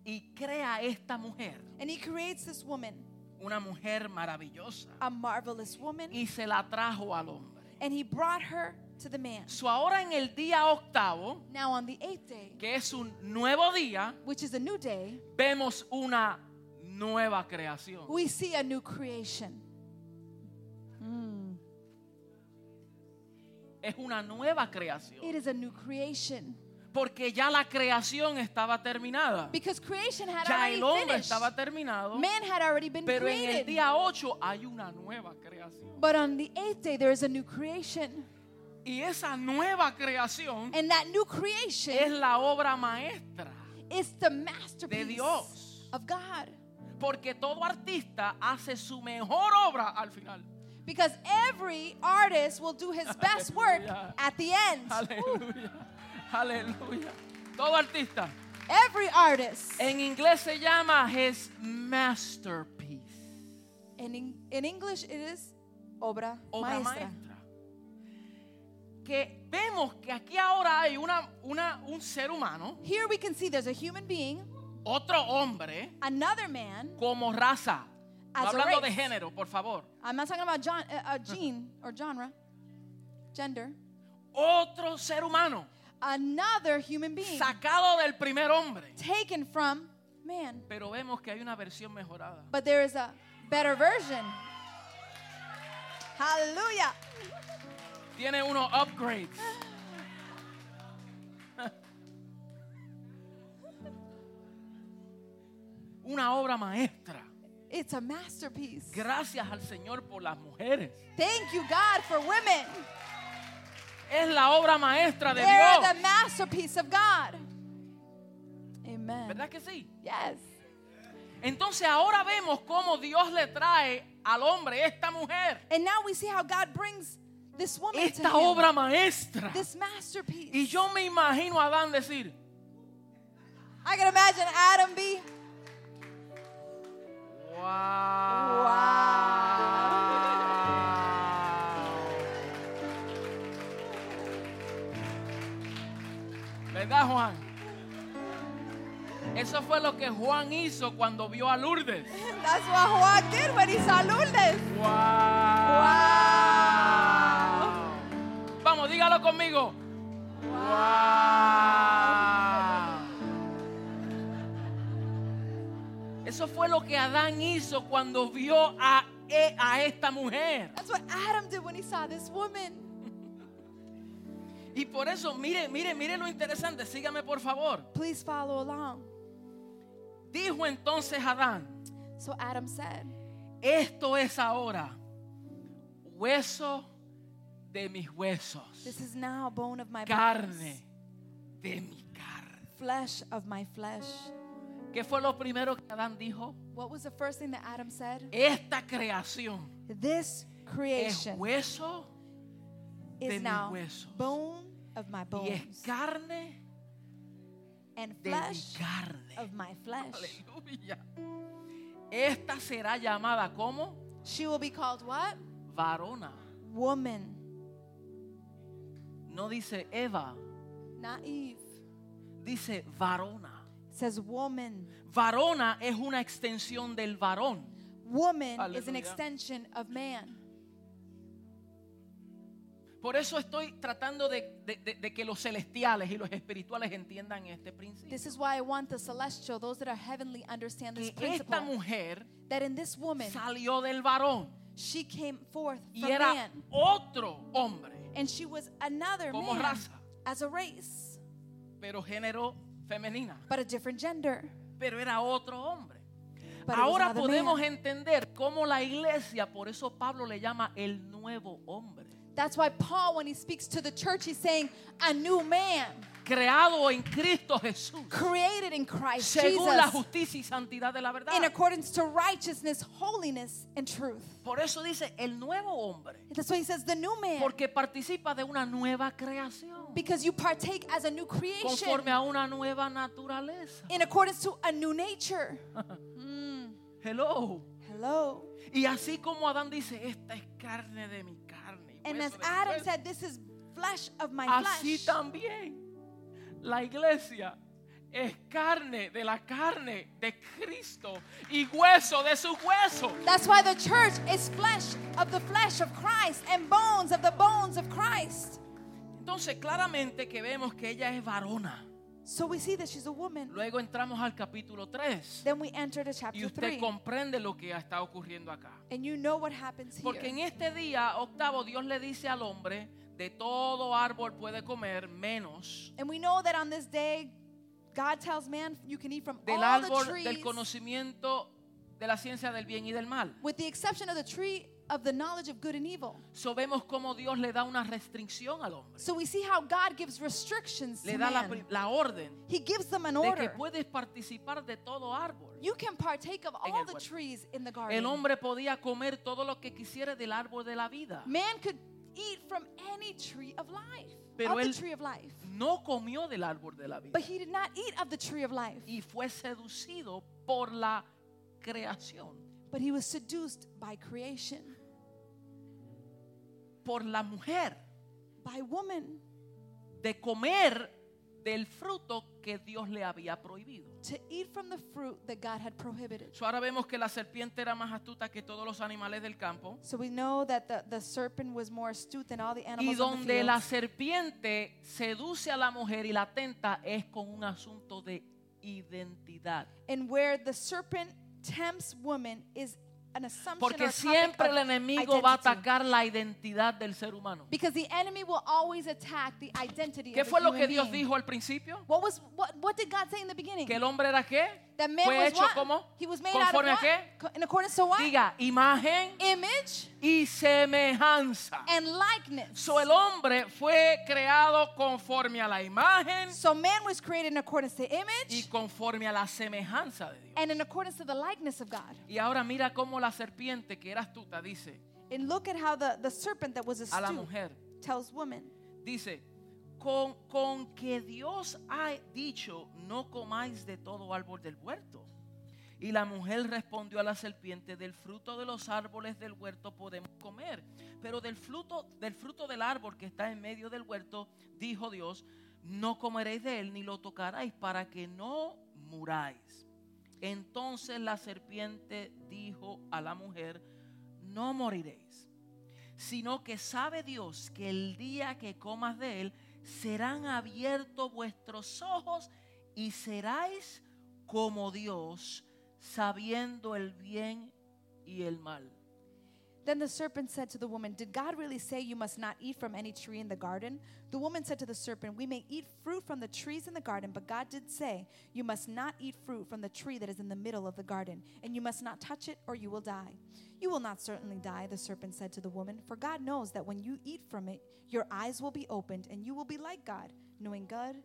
y crea esta mujer, And he creates this woman, una mujer maravillosa, a marvelous woman, y se la trajo al hombre. and he brought her to the man. So ahora en el día octavo, Now on the eighth day, que es un nuevo día, which is a new day, vemos una nueva creación. we see a new creation. Es una nueva creación. It is a new creation. Porque ya la creación estaba terminada. Because creation had Ya already el hombre finished. estaba terminado. Man had already been Pero en el created. día 8 hay una nueva creación. But on the eighth day, there is a new creation. Y esa nueva creación And that new creation es la obra maestra. is the masterpiece Dios. of God. Porque todo artista hace su mejor obra al final. Because every artist will do his best work Hallelujah. at the end. Aleluya. Aleluya. Todo artista. Every artist. En inglés se llama his masterpiece. In, in, in English, it is obra, obra maestra. maestra. Que vemos que aquí ahora hay una, una- un ser humano, Here we can see there's a human being, otro hombre, another man. como raza. No As a hablando race. de género, por favor. I'm not talking about John, uh, uh, gene or genre, gender. Otro ser humano Another human being sacado del primer hombre. taken from man. Pero vemos que hay una versión mejorada. But there is a better version. Hallelujah. Tiene unos upgrades. Una obra maestra. It's a masterpiece. Gracias al Señor por las mujeres. Thank you, God, for women. Es la obra maestra de They're the Dios. masterpiece of God. Amen. ¿Verdad que sí? Yes. Entonces ahora vemos cómo Dios le trae al hombre esta mujer, And now we see how God brings this woman to esta him, obra maestra. this masterpiece. Y yo me imagino a Adán decir, I can imagine Adam be. Wow. ¿Verdad, Juan? Eso fue lo que Juan hizo cuando vio a Lourdes. That's what Juan did when he saw Lourdes. Wow. Wow. Vamos, dígalo conmigo. Wow. Eso fue lo que Adán hizo cuando vio a, e- a esta mujer. That's what Adam did when he saw this woman. Y por eso, mire, mire, mire lo interesante. Sígame, por favor. Please follow along. Dijo entonces Adán. So Adam said, Esto es ahora hueso de mis This huesos, is now bone of my bones, carne de mi carne. flesh of my flesh. ¿Qué fue lo primero que Adán dijo? What was the first thing that Adam said? Esta creación This es creation hueso de is mis now huesos. bone of my y es bones carne and de mi flesh carne. of my flesh. Aleluya. Esta será llamada como She will be called what? varona. Woman, No dice Eva, not Eve. dice varona. It says woman. Varona es una extensión del varón. Woman is an Hallelujah. extension of man. Por eso estoy tratando de, de- de- de que los celestiales y los espirituales entiendan este principio. This is why I want the celestial, those that are heavenly, understand this Que esta principle. mujer That in this woman, salió del varón she came forth y from era man. otro hombre, And she was another Como man raza. as a race, pero género femenina, but a different gender. pero era otro hombre. But Ahora it was another podemos man. entender cómo la iglesia, por eso Pablo le llama el nuevo hombre, That's why Paul, when he speaks to the church, he's saying, a new man creado en Cristo Jesús, created in Christ según la Jesus justicia y santidad de la verdad. in accordance to righteousness, holiness, and truth. Por eso dice el nuevo hombre, That's why he says the new man. porque participa de una nueva creación. Because you partake as a new creation conforme a una nueva naturaleza. in accordance to a new nature. Hello. Hello. Y así como Adán dice, esta es carne de mi carne. y And hueso as de mi Adam hueso", said, this is flesh of my así flesh. también la iglesia es carne de la carne de Cristo y hueso de sus huesos. That's why the church is flesh of the flesh of Christ and bones of the bones of Christ. Entonces claramente que vemos que ella es varona. So we see that she's a woman. Luego entramos al capítulo 3 Then we enter to y chapter usted 3. comprende lo que está ocurriendo acá. And you know what happens here. Porque en este día octavo Dios le dice al hombre, de todo árbol puede comer menos And we know that on this day, God tells man, you can eat from del all the árbol del trees, conocimiento de la ciencia del bien y del mal. with the exception of the tree of the knowledge of good and evil. So vemos cómo Dios le da una restricción al hombre. So we see how God gives restrictions Le to da la, man. pri- la orden He gives them an de que order. puedes participar de todo árbol. You can partake of En all el the huerto. trees in the El garden. hombre podía comer todo lo que quisiera del árbol de la vida. Man could eat from any tree of life, Pero of the él- tree of life. No comió del árbol de la vida. But he did not eat of the tree of life, Y fue seducido por la creación, but he was seduced by creation, por la mujer, by woman, de comer del fruto que Dios le había prohibido. to eat from the fruit that God had prohibited. So, ahora vemos que la serpiente era más astuta que todos los animales del campo. So we know that the, the serpent was more astute than all the Y animals on the donde field. la serpiente seduce a la mujer y la tenta es con un asunto de identidad. And where the serpent tempts woman is an assumption or Porque a topic siempre of el enemigo va a identity. atacar la identidad del ser humano. Because the enemy will always attack the identity ¿Qué of the fue lo que human Dios being. dijo al principio? What was what, what did God say in the beginning? Que el hombre era qué? that man Fue was hecho what? como He was made conforme a out of qué? what? Co- In accordance to what? Diga, imagen Image y semejanza. and likeness. So el hombre fue creado conforme a la imagen So man was created in accordance to y image conforme a la semejanza de Dios. and in accordance to the likeness of God. Y ahora mira cómo la serpiente que era astuta dice And look at how the, the serpent that was a la astute mujer, tells woman, dice, con, con que Dios ha dicho, no comáis de todo árbol del huerto. Y la mujer respondió a la serpiente, del fruto de los árboles del huerto podemos comer, pero del fruto, del fruto del árbol que está en medio del huerto, dijo Dios, no comeréis de él ni lo tocaréis para que no muráis. Entonces la serpiente dijo a la mujer, no moriréis, sino que sabe Dios que el día que comas de él serán abiertos vuestros ojos y seráis como Dios, sabiendo el bien y el mal. Then the serpent said to the woman, Did God really say you must not eat from any tree in the garden? The woman said to the serpent, We may eat fruit from the trees in the garden, but God did say, You must not eat fruit from the tree that is in the middle of the garden, and you must not touch it, or you will die. You will not certainly die, the serpent said to the woman, For God knows that when you eat from it, your eyes will be opened, and you will be like God, knowing good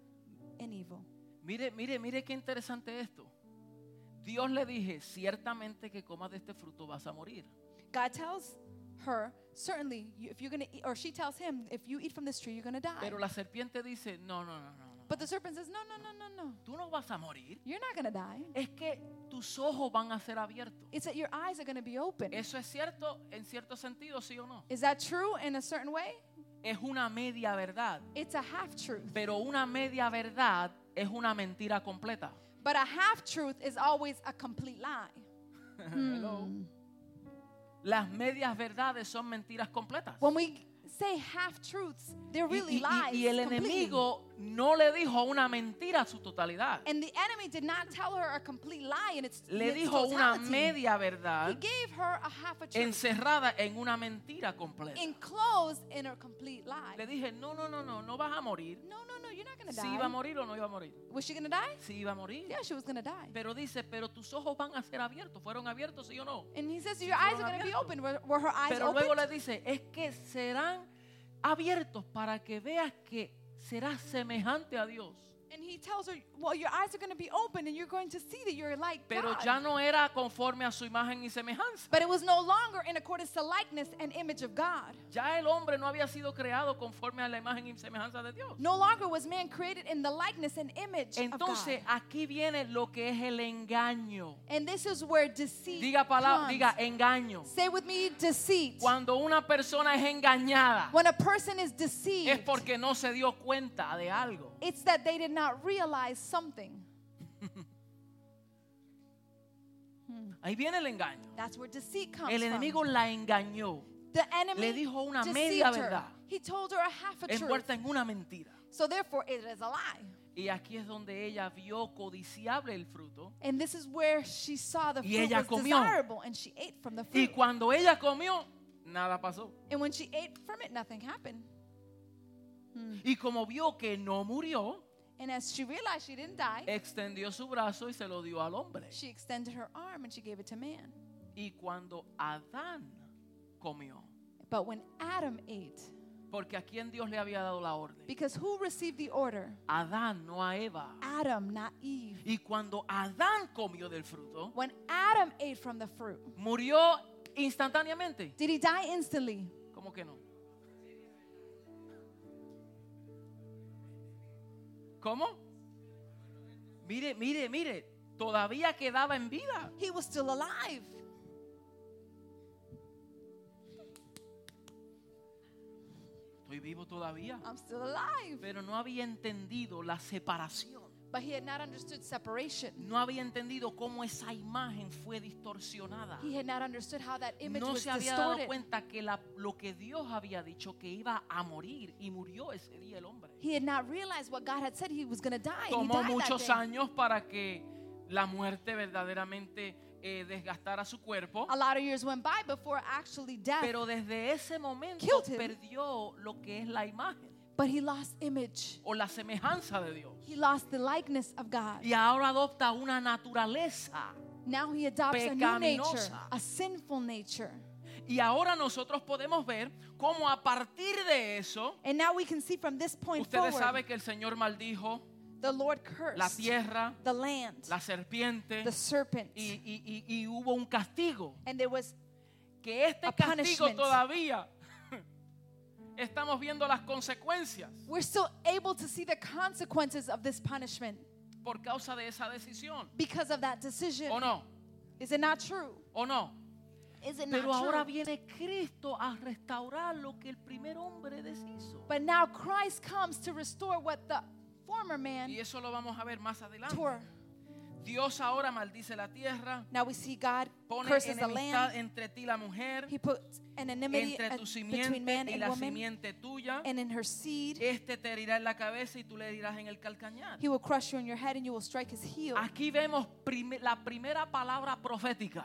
and evil. Mire, mire, mire qué interesante esto. Dios le dije, ciertamente que comas de este fruto vas a morir. God tells her, Certainly, you- if you're going to eat, or she tells him, If you eat from this tree, you're going to die. Pero la serpiente dice, no, no, no, no, no. But the serpent says, No, no, no, no, no. Tú no vas a morir. You're not going to die. Es que tus ojos van a ser abiertos. It's that your eyes are going to be open. ¿Eso es cierto en cierto sentido, sí o no? Is that true in a certain way? Es una media verdad. It's a half truth. Pero una media verdad es una mentira completa. But a half truth is always a complete lie. Hello. Hmm. Las medias verdades son mentiras completas. When we say half truths, they're Y- really y, lies. y- y el completely. enemigo no le dijo una mentira a su totalidad. and the enemy did not tell her a complete lie in its, in Le its dijo una totality. media He verdad gave her a half a truth encerrada en una mentira completa. enclosed in a complete lie. Le dije, no, no, no, no, no vas a morir. No, no, no, you're not going to Si iba a die. morir o no iba a morir. Was she going to die? Si iba a morir. Yeah, she was going to die. Pero dice, pero tus ojos van a ser abiertos. ¿Fueron abiertos, sí o no? And he says, Your eyes are going fueron to be abiertos. open. Were, were her eyes Pero luego open? le dice, es que serán abiertos para que veas que serás semejante a Dios. And he tells her, Well, your eyes are going to be open and you're going to see that you're like Pero God. ya no era conforme a su imagen y semejanza. But it was no longer in accordance to likeness and image of God. Ya el hombre no había sido creado conforme a la imagen y semejanza de Dios. No longer was man created in the likeness and image Entonces of God. aquí viene lo que es el engaño. And this is where deceit Diga palabra, comes. diga eh, engaño. Say with me, deceit. Cuando una persona es engañada when a person is deceived, es porque no se dio cuenta de algo. it's that they did not realize something. Ahí viene el engaño. That's where deceit comes El enemigo la engañó, from. The enemy le dijo una deceived media her. verdad. He told her a half a truth. envuelta en una mentira. So therefore, it is a lie. Y aquí es donde ella vio codiciable el fruto. And this is where she saw the Y fruit ella was comió. desirable, and she ate from the Y fruit. cuando ella comió, nada pasó. and when she ate from it, nothing happened. Y como vio que no murió, And as she realized she didn't die, Eh. extendió su brazo y se lo dio al hombre. she extended her arm and she gave it to man. Y cuando Adán comió, But when Adam ate, porque a quién Dios le había dado la orden, because who received the order? Adán, no a Eva. Adam, not Eve. Y cuando Adán comió del fruto, When Adam ate from the fruit, murió instantáneamente. did he die instantly? ¿Cómo que no? ¿Cómo? Mire, mire, mire. Todavía quedaba en vida. He was still alive. Estoy vivo todavía. I'm still alive. Pero no había entendido la separación. But he had not understood separation. No había entendido cómo esa imagen fue distorsionada. He had not understood how that image No was se había dado distorted. cuenta que la- lo que Dios había dicho que iba a morir y murió ese día el hombre. He had not realized what God had said he was going to die. and he Tomó died that muchos day. años para que la muerte verdaderamente eh, desgastara su cuerpo. A lot of years went by before actually death. Pero desde ese momento Killed him. perdió lo que es la imagen but he lost image. o la semejanza de Dios. He lost the likeness of God. Y ahora adopta una naturaleza. Now he adopts a new nature, Pecaminosa. a sinful nature. Y ahora nosotros podemos ver cómo a partir de eso, And now we can see from this point ustedes forward, saben que el Señor maldijo the Lord cursed la tierra, the land, la serpiente the serpent, y, y- y- y hubo un castigo. and there was Que este A castigo punishment. todavía estamos viendo las consecuencias We're still able to see the consequences of this punishment por causa de esa decisión. because of that decision. ¿O Oh, no? Is it not true? ¿O no? Is it Pero not ahora true? viene Cristo a restaurar lo que el primer hombre deshizo. But now Christ comes to restore what the former man Y eso lo vamos a ver más adelante. tore. Dios ahora maldice la tierra, Now we see God pone curses the enemistad land. entre ti y la mujer, He puts an enmity entre uh, tu between man simiente y and la woman, simiente tuya. and in her seed, Este te herirá en la cabeza y tú le herirás en el calcañar. he will crush you on your head and you will strike his heel. Aquí vemos prime- la primera palabra profética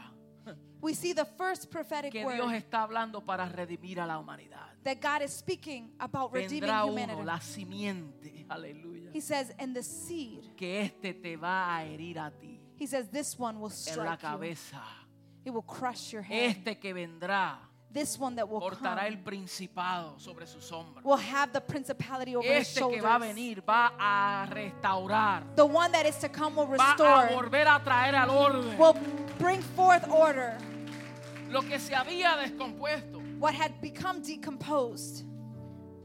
We see the first prophetic que Dios word está hablando para redimir a la humanidad. that God is speaking about redeeming Vendrá uno, humanity. la simiente, aleluya, He says, and the seed, que este te va a herir a ti he says, this one will en la strike you. cabeza. It will crush your head. Este que vendrá This one that will cortará el come principado sobre sus hombros. will have the principality over his Este que va a shoulders. venir va a restaurar, The one that is to come will va a restore, volver a traer al orden will bring forth order. lo que se había descompuesto. What had become decomposed.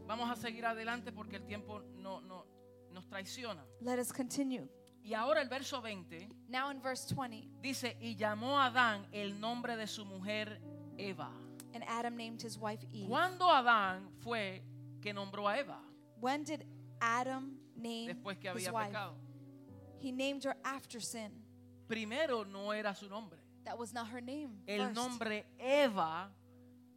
Vamos a seguir adelante porque el tiempo no, no- nos traiciona. Let us continue. Y ahora el verso 20 Now in verse 20, dice, y llamó a Adán el nombre de su mujer Eva. and Adam named his wife Eve. ¿Cuándo Adán fue que nombró a Eva? When did Adam name Después que his había wife? pecado. He named her after sin. Primero no era su nombre. That was not her name. El first. nombre Eva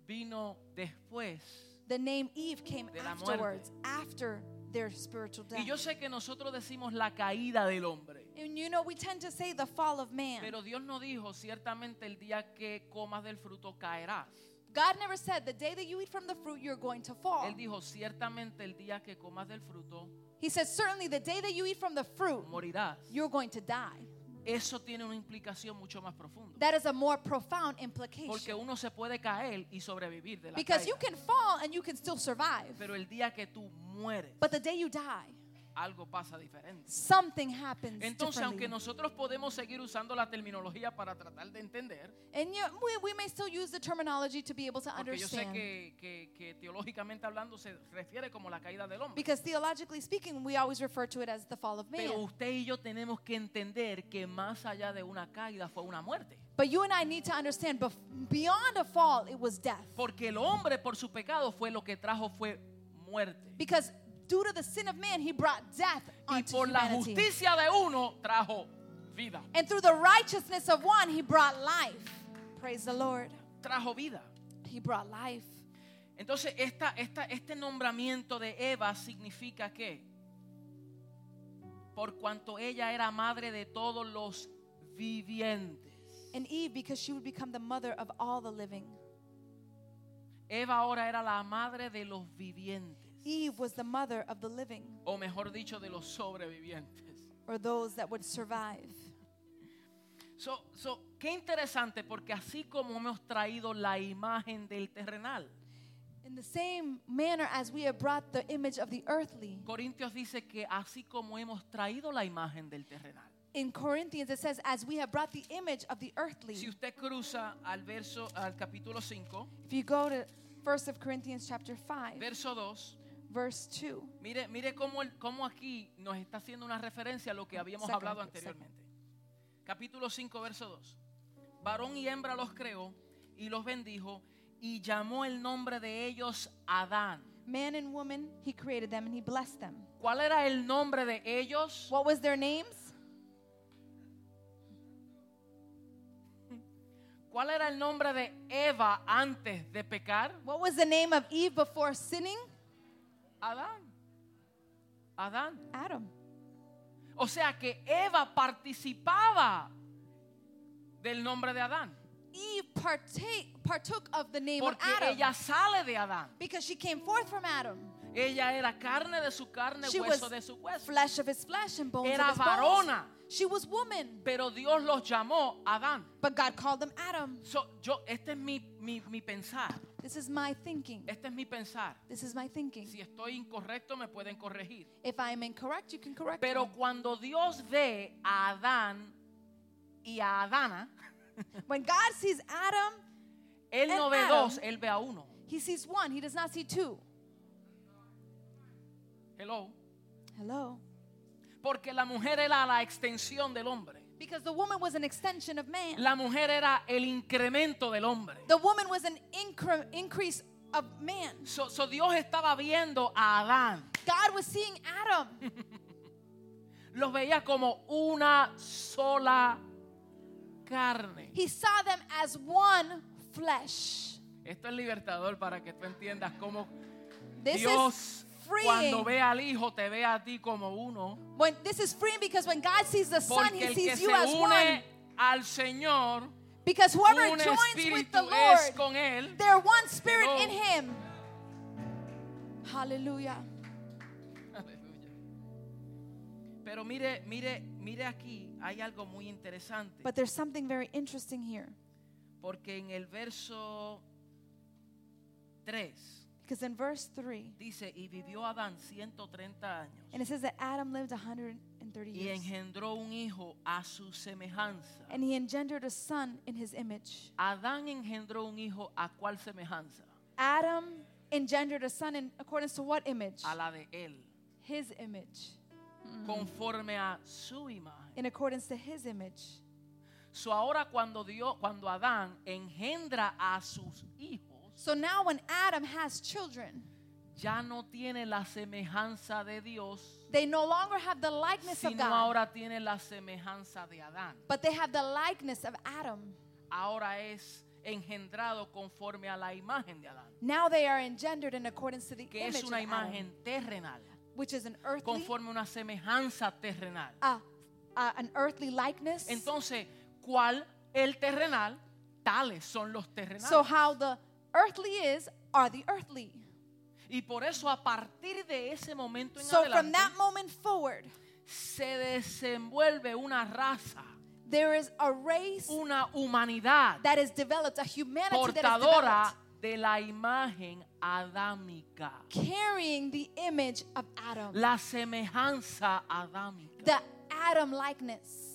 vino después. the name Eve came de la afterwards, after their spiritual death. Y yo sé que nosotros decimos la caída del hombre. and you know, we tend to say the fall of man. Pero Dios no dijo, ciertamente el día que comas del fruto caerás. God never said the day that you eat from the fruit, you're going to fall. Él dijo, ciertamente el día que comas del fruto He says, certainly the day that you eat from the fruit, morirás. you're going to die. Eso tiene una implicación mucho más profunda. That is a more profound Porque implication. uno se puede caer y sobrevivir de la Because you caída. can fall and you can still survive. Pero el día que tú mueres, But the day you die, algo pasa diferente. something happens Entonces, differently. aunque nosotros podemos seguir usando la terminología para tratar de entender, And you, we, we may still use the terminology to be able to porque yo sé understand. que, que- que teológicamente hablando se refiere como la caída del hombre. Because theologically speaking, we always refer to it as the fall of man. Pero usted y yo tenemos que entender que más allá de una caída fue una muerte. But you and I need to understand bef- beyond a fall, it was death. Porque el hombre por su pecado fue lo que trajo fue muerte. Because due to the sin of man, he brought death Y onto por la humanity. justicia de uno trajo vida. And through the righteousness of one, he brought life. Praise the Lord. Trajo vida. He brought life. Entonces, esta, esta, este nombramiento de Eva significa que por cuanto ella era madre de todos los vivientes, And Eve, because she would become the mother of all the living. Eva ahora era la madre de los vivientes, Eve was the mother of the living, o mejor dicho, de los sobrevivientes. or those that would survive. So, so, qué interesante, porque así como hemos traído la imagen del terrenal, In the same manner as we have brought the image of the earthly, Corintios dice que así como hemos traído la imagen del terrenal. in Corinthians it says, as we have brought the image of the earthly. Si usted cruza al verso al capítulo 5, If you go to 1 of Corinthians chapter 5, verso 2, verse 2. Mire, mire cómo, el- cómo aquí nos está haciendo una referencia a lo que habíamos Second, hablado second. anteriormente. Capítulo 5, verso 2. Varón y hembra los creó y los bendijo y llamó el nombre de ellos Adán. Man and woman, he created them and he blessed them. ¿Cuál era el nombre de ellos? What was their names? ¿Cuál era el nombre de Eva antes de pecar? What was the name of Eve before sinning? Adán. Adán. Adam. O sea que Eva participaba del nombre de Adán. Eve partake, partook of the name Porque of Adam ella sale de Adán. because she came forth from Adam. Ella era carne de su carne, She hueso was de su hueso. Flesh of his flesh and bones of Era his bones. varona. She was woman, Pero Dios los llamó Adán. but God called them Adam. So, yo, este es mi, mi- mi pensar. This is my thinking. Este es mi pensar. This is my thinking. Si estoy incorrecto, me pueden corregir. If I am incorrect, you can correct Pero me. cuando Dios ve a Adán y a Adana, When God sees Adam, Él And no ve Adam. dos, Él ve a uno. he sees one. He does not see two. Hello. Hello. Porque la mujer era la extensión del hombre. Because the woman was an extension of man. La mujer era el incremento del hombre. The woman was an incre- increase of man. So, so Dios estaba viendo a Adán. God was seeing Adam. Los veía como una sola carne. He saw them as one flesh. Esto es libertador para que tú entiendas cómo This Dios is freeing. cuando ve al hijo te ve a ti como uno. When this is freeing because when God sees the Son, Porque He el que sees se you as one. une al Señor, Because whoever un joins with the espíritu es Lord, con él. they're one spirit Hello. in Him. Hallelujah. Aleluya. Pero mire, mire, mire aquí, hay algo muy interesante. But there's something very interesting here. Porque en el verso 3 Because in verse 3, dice, y vivió Adán 130 años and it says that Adam lived 130 y years. engendró un hijo a su semejanza. And he engendered a son in his image. Adán engendró un hijo a cuál semejanza? Adam engendered a son in accordance to what image? A la de él, His image. Mm. conforme a su imagen. In accordance to his image. So ahora cuando Dios, cuando Adán engendra a sus hijos, So now when Adam has children, ya no tiene la semejanza de Dios, they no longer have the likeness of sino God, ahora tiene la semejanza de Adán. but they have the likeness of Adam. ahora es engendrado conforme a la imagen de Adán, Now they are engendered in accordance to the que image es una of Adam, imagen terrenal, which is an earthly, conforme a una semejanza terrenal. uh, uh, an earthly likeness. Entonces, ¿cuál el terrenal? Tales son los terrenales. so how the earthly is are the earthly. y por eso a partir de ese momento en So from adelante that moment forward, se desenvuelve una raza, there is a race una humanidad that is developed, a humanity that is portadora developed, de la imagen adámica, carrying the image of Adam, la semejanza adámica. the Adam likeness.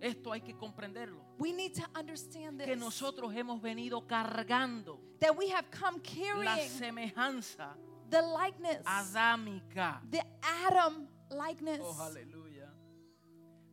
Esto hay que comprenderlo. We need to understand que this nosotros hemos venido cargando that we have come la carrying semejanza the likeness, adámica. the Adam likeness. Oh, aleluya.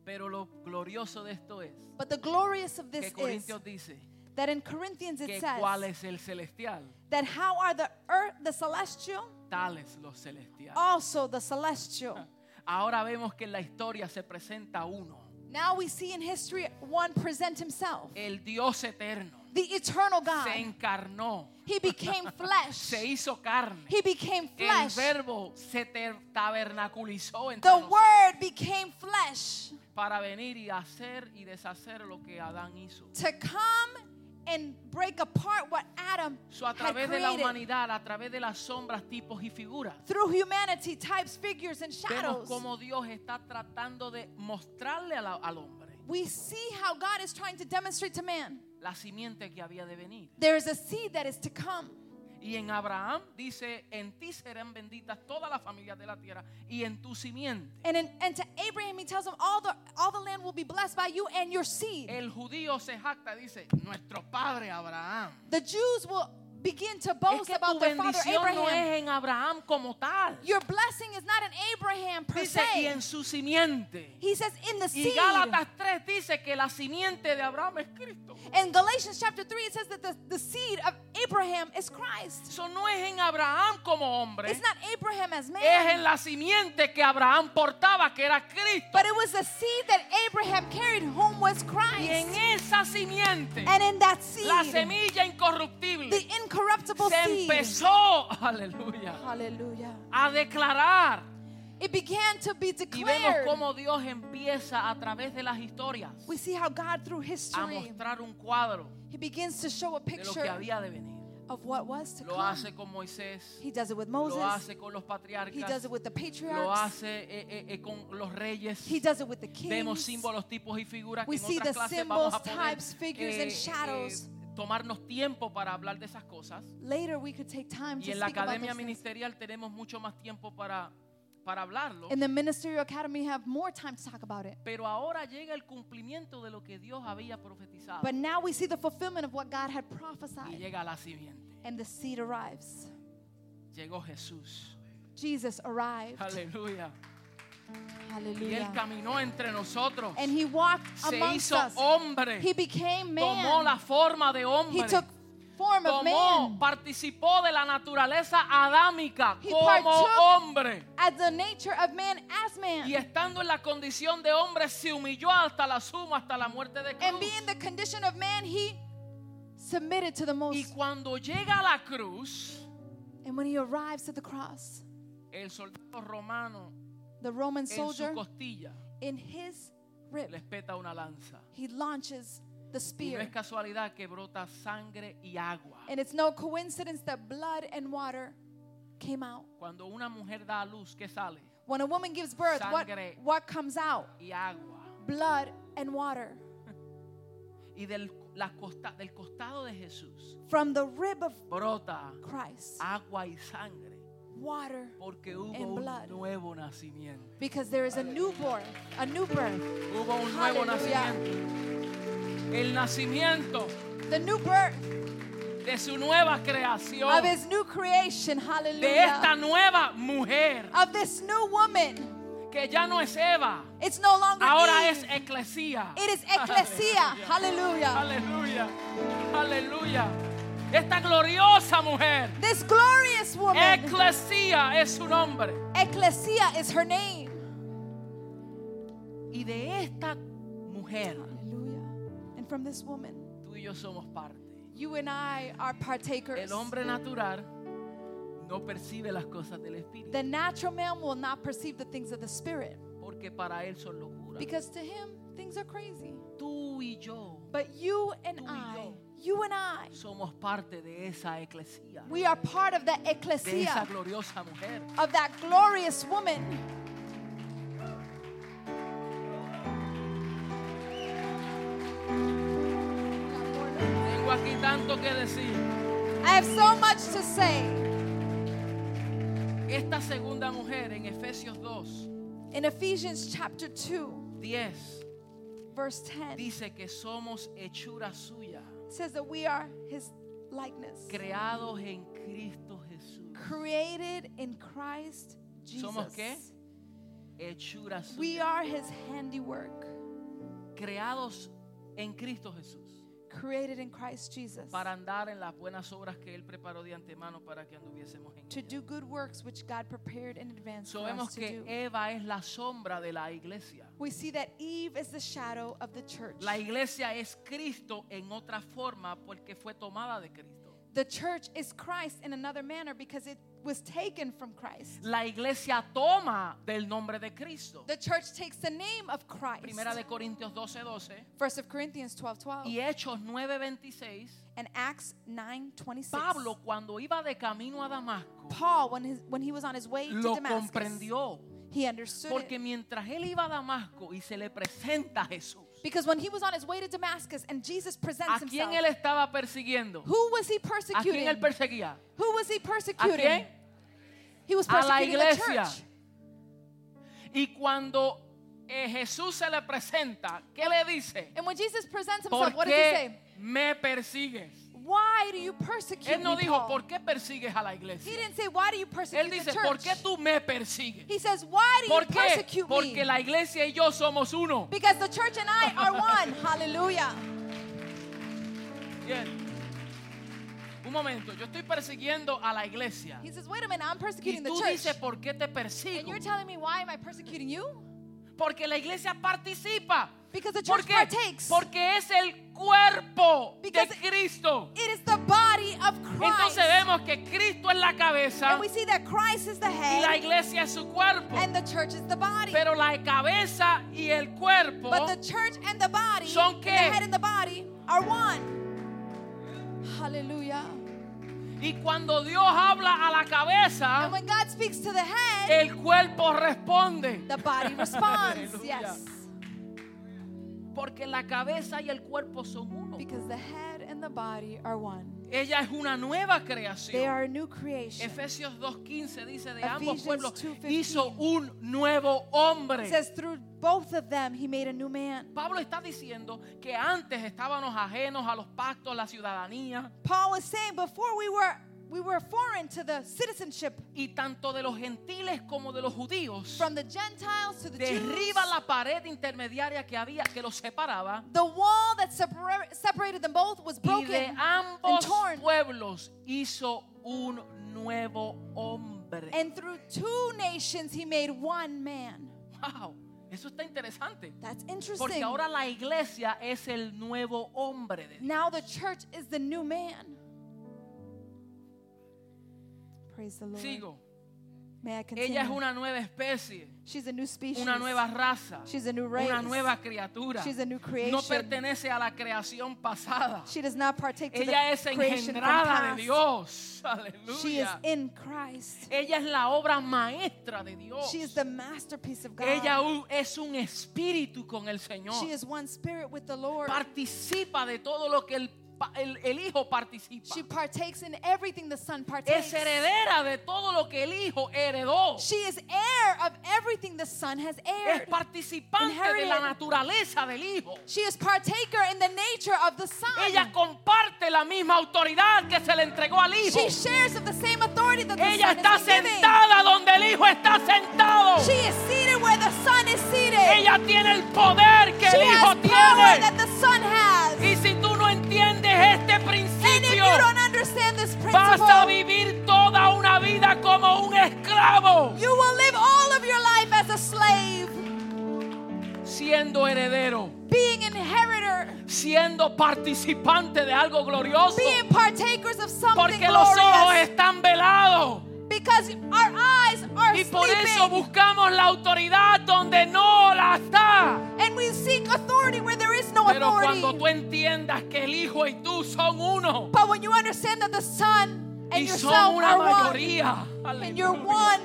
Pero lo glorioso de esto es But the glorious of que this is Corintios dice that in Corinthians it que says cuál es el celestial, that how are the earth, the celestial, tales los celestiales. also the celestial. Ahora vemos que en la historia se presenta uno, Now we see in history one present himself, el Dios eterno. the eternal God. Se encarnó, He became flesh. se hizo carne. He became El flesh. verbo se ter- tabernaculizó entre The nosotros word became flesh para venir y hacer y deshacer lo que Adán hizo. to come and break apart what Adam So, a had través de la created. humanidad, a través de las sombras, tipos y figuras, Through humanity, types, figures, and vemos shadows, cómo Dios está tratando de mostrarle a la- al hombre we see how God is trying to demonstrate to man la simiente que había de venir. there is a seed that is to come. Y en Abraham dice, en ti serán benditas todas las familias de la tierra y en tu simiente. And, in, and to Abraham, he tells him, all the, all the land will be blessed by you and your seed. El judío se jacta, dice, nuestro padre Abraham. The Jews will begin to Es boast que tu about their father bendición no Abraham. es en Abraham como tal. Your blessing is not in Abraham per Dice, y se. en su simiente. He says, in the Y seed. Gálatas 3 dice que la simiente de Abraham es Cristo. In Galatians chapter 3, it says that the, the seed of Abraham is Christ. Eso no es en Abraham como hombre, It's not Abraham as es en man, la simiente que Abraham portaba, que era Cristo. but it was the seed that Abraham carried, whom was Y en Christ. esa simiente, And in that la seed, semilla incorruptible the incorruptible se seed, empezó, aleluya, hallelujah, a declarar. it began to be Y vemos declared. cómo Dios empieza a través de las historias We see how God, through a history, mostrar un cuadro He begins to show a de lo que picture había de venir. of what was to Lo come. hace con Moisés, He does it with lo Moses, hace con los He does patriarcas, it with the lo patriarchs, hace eh, eh, eh, con los reyes. He does it with the Vemos kings. símbolos, tipos y figuras que We en see otras the clases symbols, vamos a poder eh, types, figures, and shadows. tomarnos tiempo para hablar de esas cosas. Later, we could take time Y to en la speak about academia those things. ministerial tenemos mucho más tiempo para, para hablarlo. In the ministerial academy, we have more time to talk about it. Pero ahora llega el cumplimiento de lo que Dios había profetizado. But now we see the fulfillment of what God had Y prophesied, llega la siguiente. and the seed arrives. llegó Jesús. Jesus arrived. Aleluya. Y Él Hallelujah. caminó entre nosotros. And he walked Se amongst hizo us. hombre. He became Tomó man. la forma de He hombre. took form of Tomó, man. participó de la naturaleza adámica He como partook- hombre. As the nature of man as Y man. estando en la condición de hombre, se humilló hasta la suma, hasta la muerte de And cruz. being the condition of man, he submitted to the Y most. cuando llega a la cruz, And when he arrives at the cross, el soldado romano the Roman en su soldier costilla in his rib, le espeta una lanza. he launches the Y no spear. es casualidad que brota sangre y agua. And it's no coincidence that blood and water came out. Cuando una mujer da a luz, ¿qué sale? When a woman gives birth, what, Sangre. what comes out? Y agua. Blood and water. Y del, la costa, del costado de Jesús From the rib of brota Christ, agua y sangre. water. Porque hubo And un blood. nuevo nacimiento. Because there is a newborn, a new birth. Hubo un nuevo Hallelujah. nacimiento. El nacimiento The new birth de su nueva creación. of his new creation. De esta Hallelujah. nueva mujer. Of this new woman. Que ya no es Eva. It's no longer Ahora Eve. es eclesía. It is ecclesia. Hallelujah. Aleluya. Aleluya. Esta gloriosa mujer. This glorious woman. Eclesía es su nombre. Ecclesia is her name. Y de esta mujer, Hallelujah. And from this woman, tú y yo somos parte. you and I are partakers. El hombre natural no percibe las cosas del Espíritu The natural man will not perceive the things of the spirit porque para él son locura. because to him things are crazy. Tú y yo But you and Tú y I, yo. you and I, somos parte de esa eclesía, we are part of the de esa ecclesia gloriosa mujer. of that glorious woman. Tengo aquí tanto que decir. I have so much to say. Esta segunda mujer en Efesios 2, In Ephesians chapter 2, 10, verse 10, it dice que somos hechura suya, says that we are his likeness, creados en Cristo Jesús. created in Christ Jesus. ¿Somos qué? Hechura suya, We are his handiwork, creados en Cristo Jesús. created in Christ Jesus. para andar en las buenas obras que Él preparó de antemano para que anduviésemos en to ellas. do good works which God prepared in advance for us Sabemos to que do. Eva es la sombra de la iglesia. We see that Eve is the shadow of the church. La iglesia es Cristo en otra forma porque fue tomada de Cristo. the church is Christ in another manner because it was taken from Christ. La iglesia toma del nombre de Cristo. The church takes the name of Christ. Primera de Corintios 12, 12 First of Corinthians 12, 12 y Hechos 9, 26. and Acts 9, 26. Pablo cuando iba de camino a Damasco Paul, when, his, when he was on his way to lo Damascus, comprendió he understood porque it. mientras él iba a Damasco y se le presenta a Jesús, Because when he was on his way to Damascus and Jesus presents ¿a himself, quién él estaba persiguiendo? who was he ¿A quién persecuting? él perseguía? Who was he ¿A persecuting? quién? He was A la persecuting the iglesia. church. Y cuando eh, Jesús se le presenta, ¿qué le dice? And when Jesus presents ¿Por himself, what does he say? qué me persigues? Why do you persecute Él no me, dijo, Paul?" ¿por qué persigues a la He iglesia? didn't say, why do you Él persecute dice, the church? ¿por qué tú me persigues? He says, why do you ¿Por qué? persecute me? Porque la iglesia y yo somos uno. Because the church and I are one. Hallelujah. Bien. Un momento, yo estoy persiguiendo a la iglesia. He says, wait a minute, I'm Y persecuting the tú church. dices, ¿por qué te and persigo? you're telling me, why am I persecuting you? Porque la iglesia participa. Because the ¿Por church qué? partakes. Porque es el cuerpo de Because it- Cristo. it is the body of Christ. Entonces vemos que Cristo es la cabeza and we see that Christ is the y la head iglesia es su cuerpo. and the church is the body. Pero la cabeza y el cuerpo But the church and the body, Son and qué? the head and the body, are one. Hallelujah. y cuando Dios habla a la cabeza, And when God speaks to the head, el cuerpo responde. the body responds. Aleluya. yes. Porque la cabeza y el cuerpo son uno. Because the head and the body are one. Ella es una nueva They creación. are a new creation. Efesios 2.15 dice de ambos Ephesians pueblos 2:15. hizo un nuevo hombre. It says, through both of them, he made a new man. Pablo está diciendo que antes estábamos ajenos a los pactos, la ciudadanía, Paul was saying, before we were we were foreign to the citizenship y tanto de los gentiles como de los judíos from the Gentiles to the Jews. derriba la pared intermediaria que había que los separaba The wall that separa- separated them both was y broken de and ambos torn. pueblos hizo un nuevo hombre. And through two nations, he made one man. Wow, eso está interesante. That's interesting. Porque ahora la iglesia es el nuevo hombre de Dios. Now the church is the new man. Praise the Lord. Sigo. May I continue? Ella es una nueva especie, She's a new species. una nueva raza, She's a new race. una nueva criatura. She's a new No creation. pertenece a la creación pasada. She does not partake to Ella the es creation from engendrada past. de Dios. She is Aleluya. in Christ. Ella es la obra maestra de Dios. She is the masterpiece of God. Ella u- es un espíritu con el she Señor. is one spirit with the Lord. Participa de todo lo que el, pa- el- el Hijo participa. She partakes in everything the Son partakes. Es heredera de todo lo que el Hijo heredó. She is heir of everything the Son has Es heired. participante de la Inherited. naturaleza del Hijo. She is partaker in the nature of the Son. Ella comparte la misma autoridad que se le entregó al Hijo. She shares of the same authority that the Ella Son está is been given. sentada donde el Hijo está sentado. She is seated where the Son is seated. Ella tiene el poder que she el Hijo has power tiene. that the Son has. Y si tú no entiendes este and if principio, you don't understand this vas a principle, vivir toda una vida como un esclavo, you will live all of your life as a slave, siendo heredero, being inheritor, siendo participante de algo glorioso, being partakers of something porque los glorious. ojos están velados. because our eyes are Y por sleeping. eso buscamos la autoridad donde no la está. And we seek authority where there is no Pero authority. cuando tú entiendas que el Hijo y tú son uno but when you understand that the Son and y son yourself una are mayoría, one, and you're aleluya, one,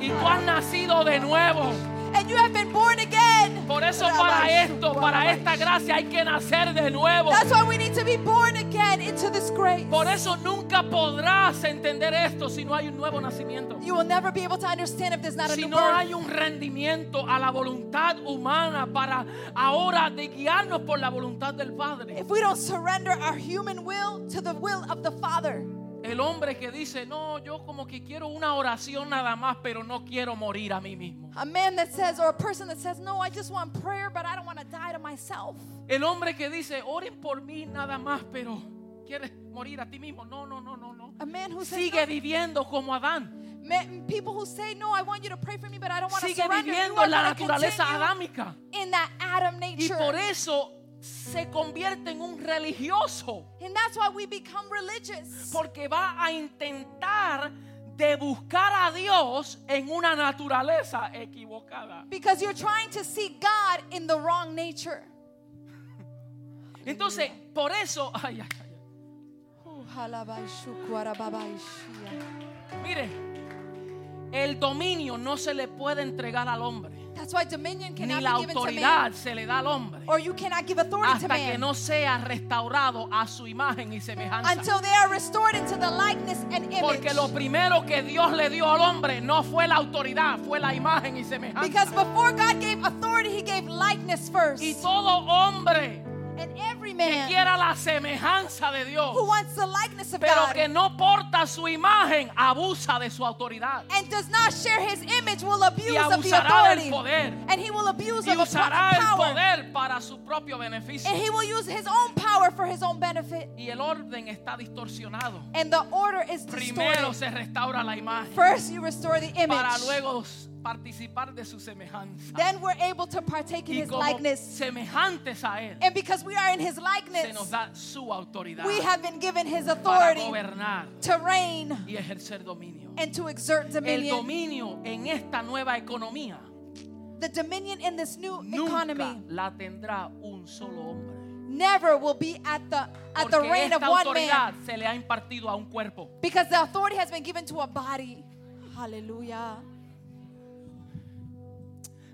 y tú has nacido de nuevo. and you have been born again. Por eso para esto, para esta gracia hay que nacer de nuevo. That's why we need to be born again into this grace. Por eso nunca podrás entender esto si no hay un nuevo nacimiento. you will never be able to understand if there's not a Si new no birth. hay un rendimiento a la voluntad humana para ahora de guiarnos por la voluntad del Padre. if we don't surrender our human will to the will of the Father. El hombre que dice, no, yo como que quiero una oración nada más, pero no quiero morir a mí mismo. A man that says, or a person that says, No, I just want prayer, but I don't want to die to myself. El hombre que dice, oren por mí nada más, pero quieres morir a ti mismo. No, no, no, no, no. A man who says, Sigue viviendo como Adán. Men, people who say, No, I want you to pray for me, but I don't want to sigue surrender. You viviendo are en la gonna naturaleza continue adámica in that Adam y nature. por eso se convierte en un religioso and that's why we become religious. porque va a intentar de buscar a Dios en una naturaleza equivocada. because you're trying to see God in the wrong nature. Entonces, por eso, ay, ay, ay, Ooh, halabaishukwarababaishia. ay. mire, el dominio no se le puede entregar al hombre, That's why dominion ni cannot la be given to man. autoridad se le da al hombre, Or you cannot give authority to hasta que man. no sea restaurado a su imagen y semejanza. until they are restored into the likeness and image. Porque lo primero que Dios le dio al hombre no fue la autoridad, fue la imagen y semejanza. because before God gave authority, He gave likeness first. Y todo hombre and every que man quiera la semejanza de who Dios, wants the likeness of pero God que no porta su imagen, abusa de su autoridad and does not share his image will abuse y of the abusará del authority. poder And he will abuse y of the usará el power. poder para su propio beneficio. And he will use his own power for his own benefit. Y el orden está distorsionado. And the order is Primero distorted. se restaura la imagen First, you restore the image. para luego participar de su semejanza then we're able to partake in y his como likeness. semejantes a él. And because we are in his se nos likeness, da su autoridad we have been given his para authority gobernar to reign. y ejercer dominio. and to exert El dominion. dominio en esta nueva economía the dominion in this new nunca economy la tendrá un solo hombre. never will be at the at the Porque reign esta of one man autoridad se le ha impartido a un cuerpo. because the authority has been given to a body. Hallelujah.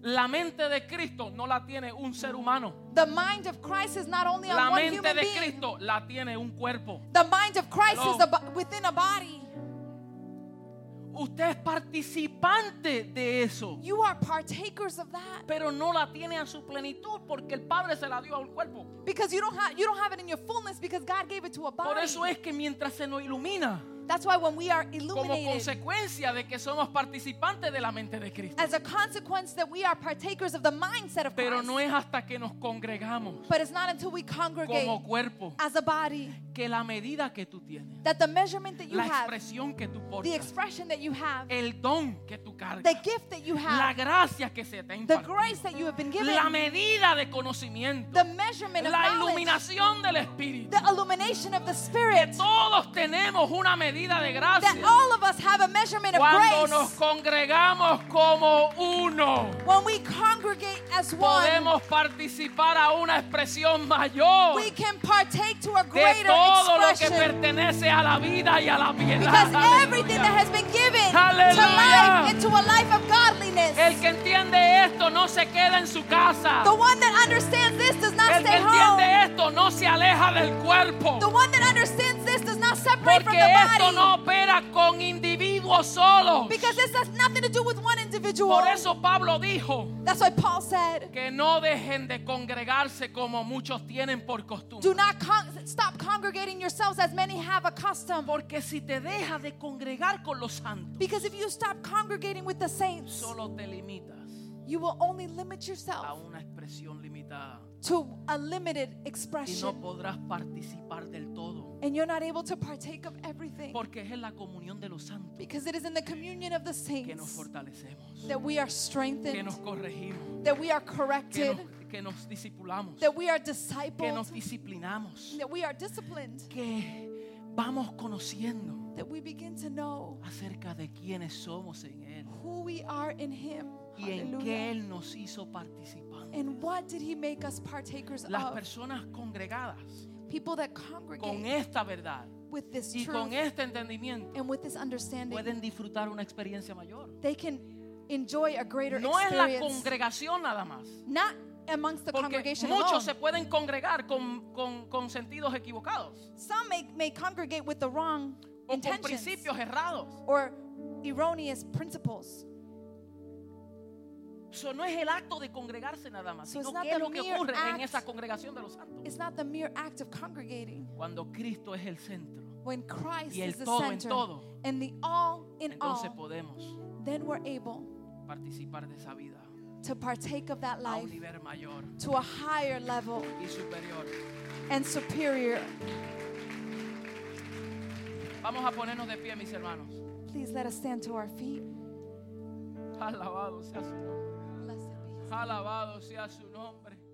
La mente de Cristo no la tiene un ser humano. The mind of Christ is not only on La one mente human de being. Cristo la tiene un cuerpo. The mind of Christ Hello. is abo- within a body. Usted es participante de eso, You are partakers of that pero no la tiene a su plenitud porque el Padre se la dio al cuerpo. because you don't have you don't have it in your fullness because God gave it to a Por body. eso es que mientras se nos ilumina, That's why when we are como illuminated, consecuencia de que somos participantes de la mente de Cristo. as a consequence that we are partakers of the mindset of Pero Christ. no es hasta que nos congregamos but it's not until we congregate como cuerpo as a body que la medida que tú tienes, that the measurement that you la have, expresión que tú the portas, expression that you have, el don que tú the cargas, gift that you la have, gracia que se te ha the impartido, grace that you have been given, la medida de conocimiento, the measurement of la knowledge, iluminación del Espíritu. the illumination of the Spirit, Todos tenemos una medida de that gracia all of us have a measurement of cuando nos grace. congregamos como uno. When we congregate as one, podemos participar a una expresión mayor we can partake to a de greater todo lo que expression pertenece a la vida y a la piedad. because everything that Aleluya. has been given to Hallelujah. life into a life of godliness. El que entiende esto no se queda en su casa. The one that understands this does not El que stay home. entiende esto no se aleja del cuerpo. The one that understands this does not separate from Porque the esto body no opera con individuos solos. because this has nothing to do with one individual. Por eso Pablo dijo That's why Paul said, que no dejen de congregarse como muchos tienen por costumbre. "Do not con- stop congregating yourselves as many have a custom." Porque si te dejas de congregar con los santos, Because if you stop congregating with the saints, solo te limitas you will only limit a yourself una expresión limitada to a limited y no expression podrás participar del todo and you're not able to partake of everything porque es en la comunión de los santos because it is in the communion of the que nos saints fortalecemos that we are que strengthened, nos corregimos that we are que corrected, nos, que nos discipulamos that we are que nos discipled, disciplinamos that we are disciplined, que vamos conociendo that we begin to know acerca de quiénes somos en Él who we are in Him. y en Hallelujah. qué Él nos hizo participar And what did He make us partakers las of? personas congregadas People that con congregate esta verdad with this y con truth este entendimiento and with this understanding, pueden disfrutar una experiencia mayor they can enjoy a greater no es la experience. congregación nada más. Not amongst the Porque congregation alone. muchos se pueden congregar con, con- con sentidos equivocados Some may, may congregate with the wrong o con intentions principios errados. or erroneous principles. Eso no es el acto de congregarse nada más, So it's sino not que es the lo que mere ocurre en act. esa congregación de los santos. It's not the mere act of congregating. Cuando Cristo es el centro, When Christ Y el is the todo en center todo. and the all in entonces all, podemos then we're able participar de esa vida to partake of that a life un nivel mayor to a higher level y superior. and superior. Vamos a ponernos de pie, mis hermanos. Please let us stand to our feet. Alabado sea su nombre. Blessed be his Alabado sea su nombre.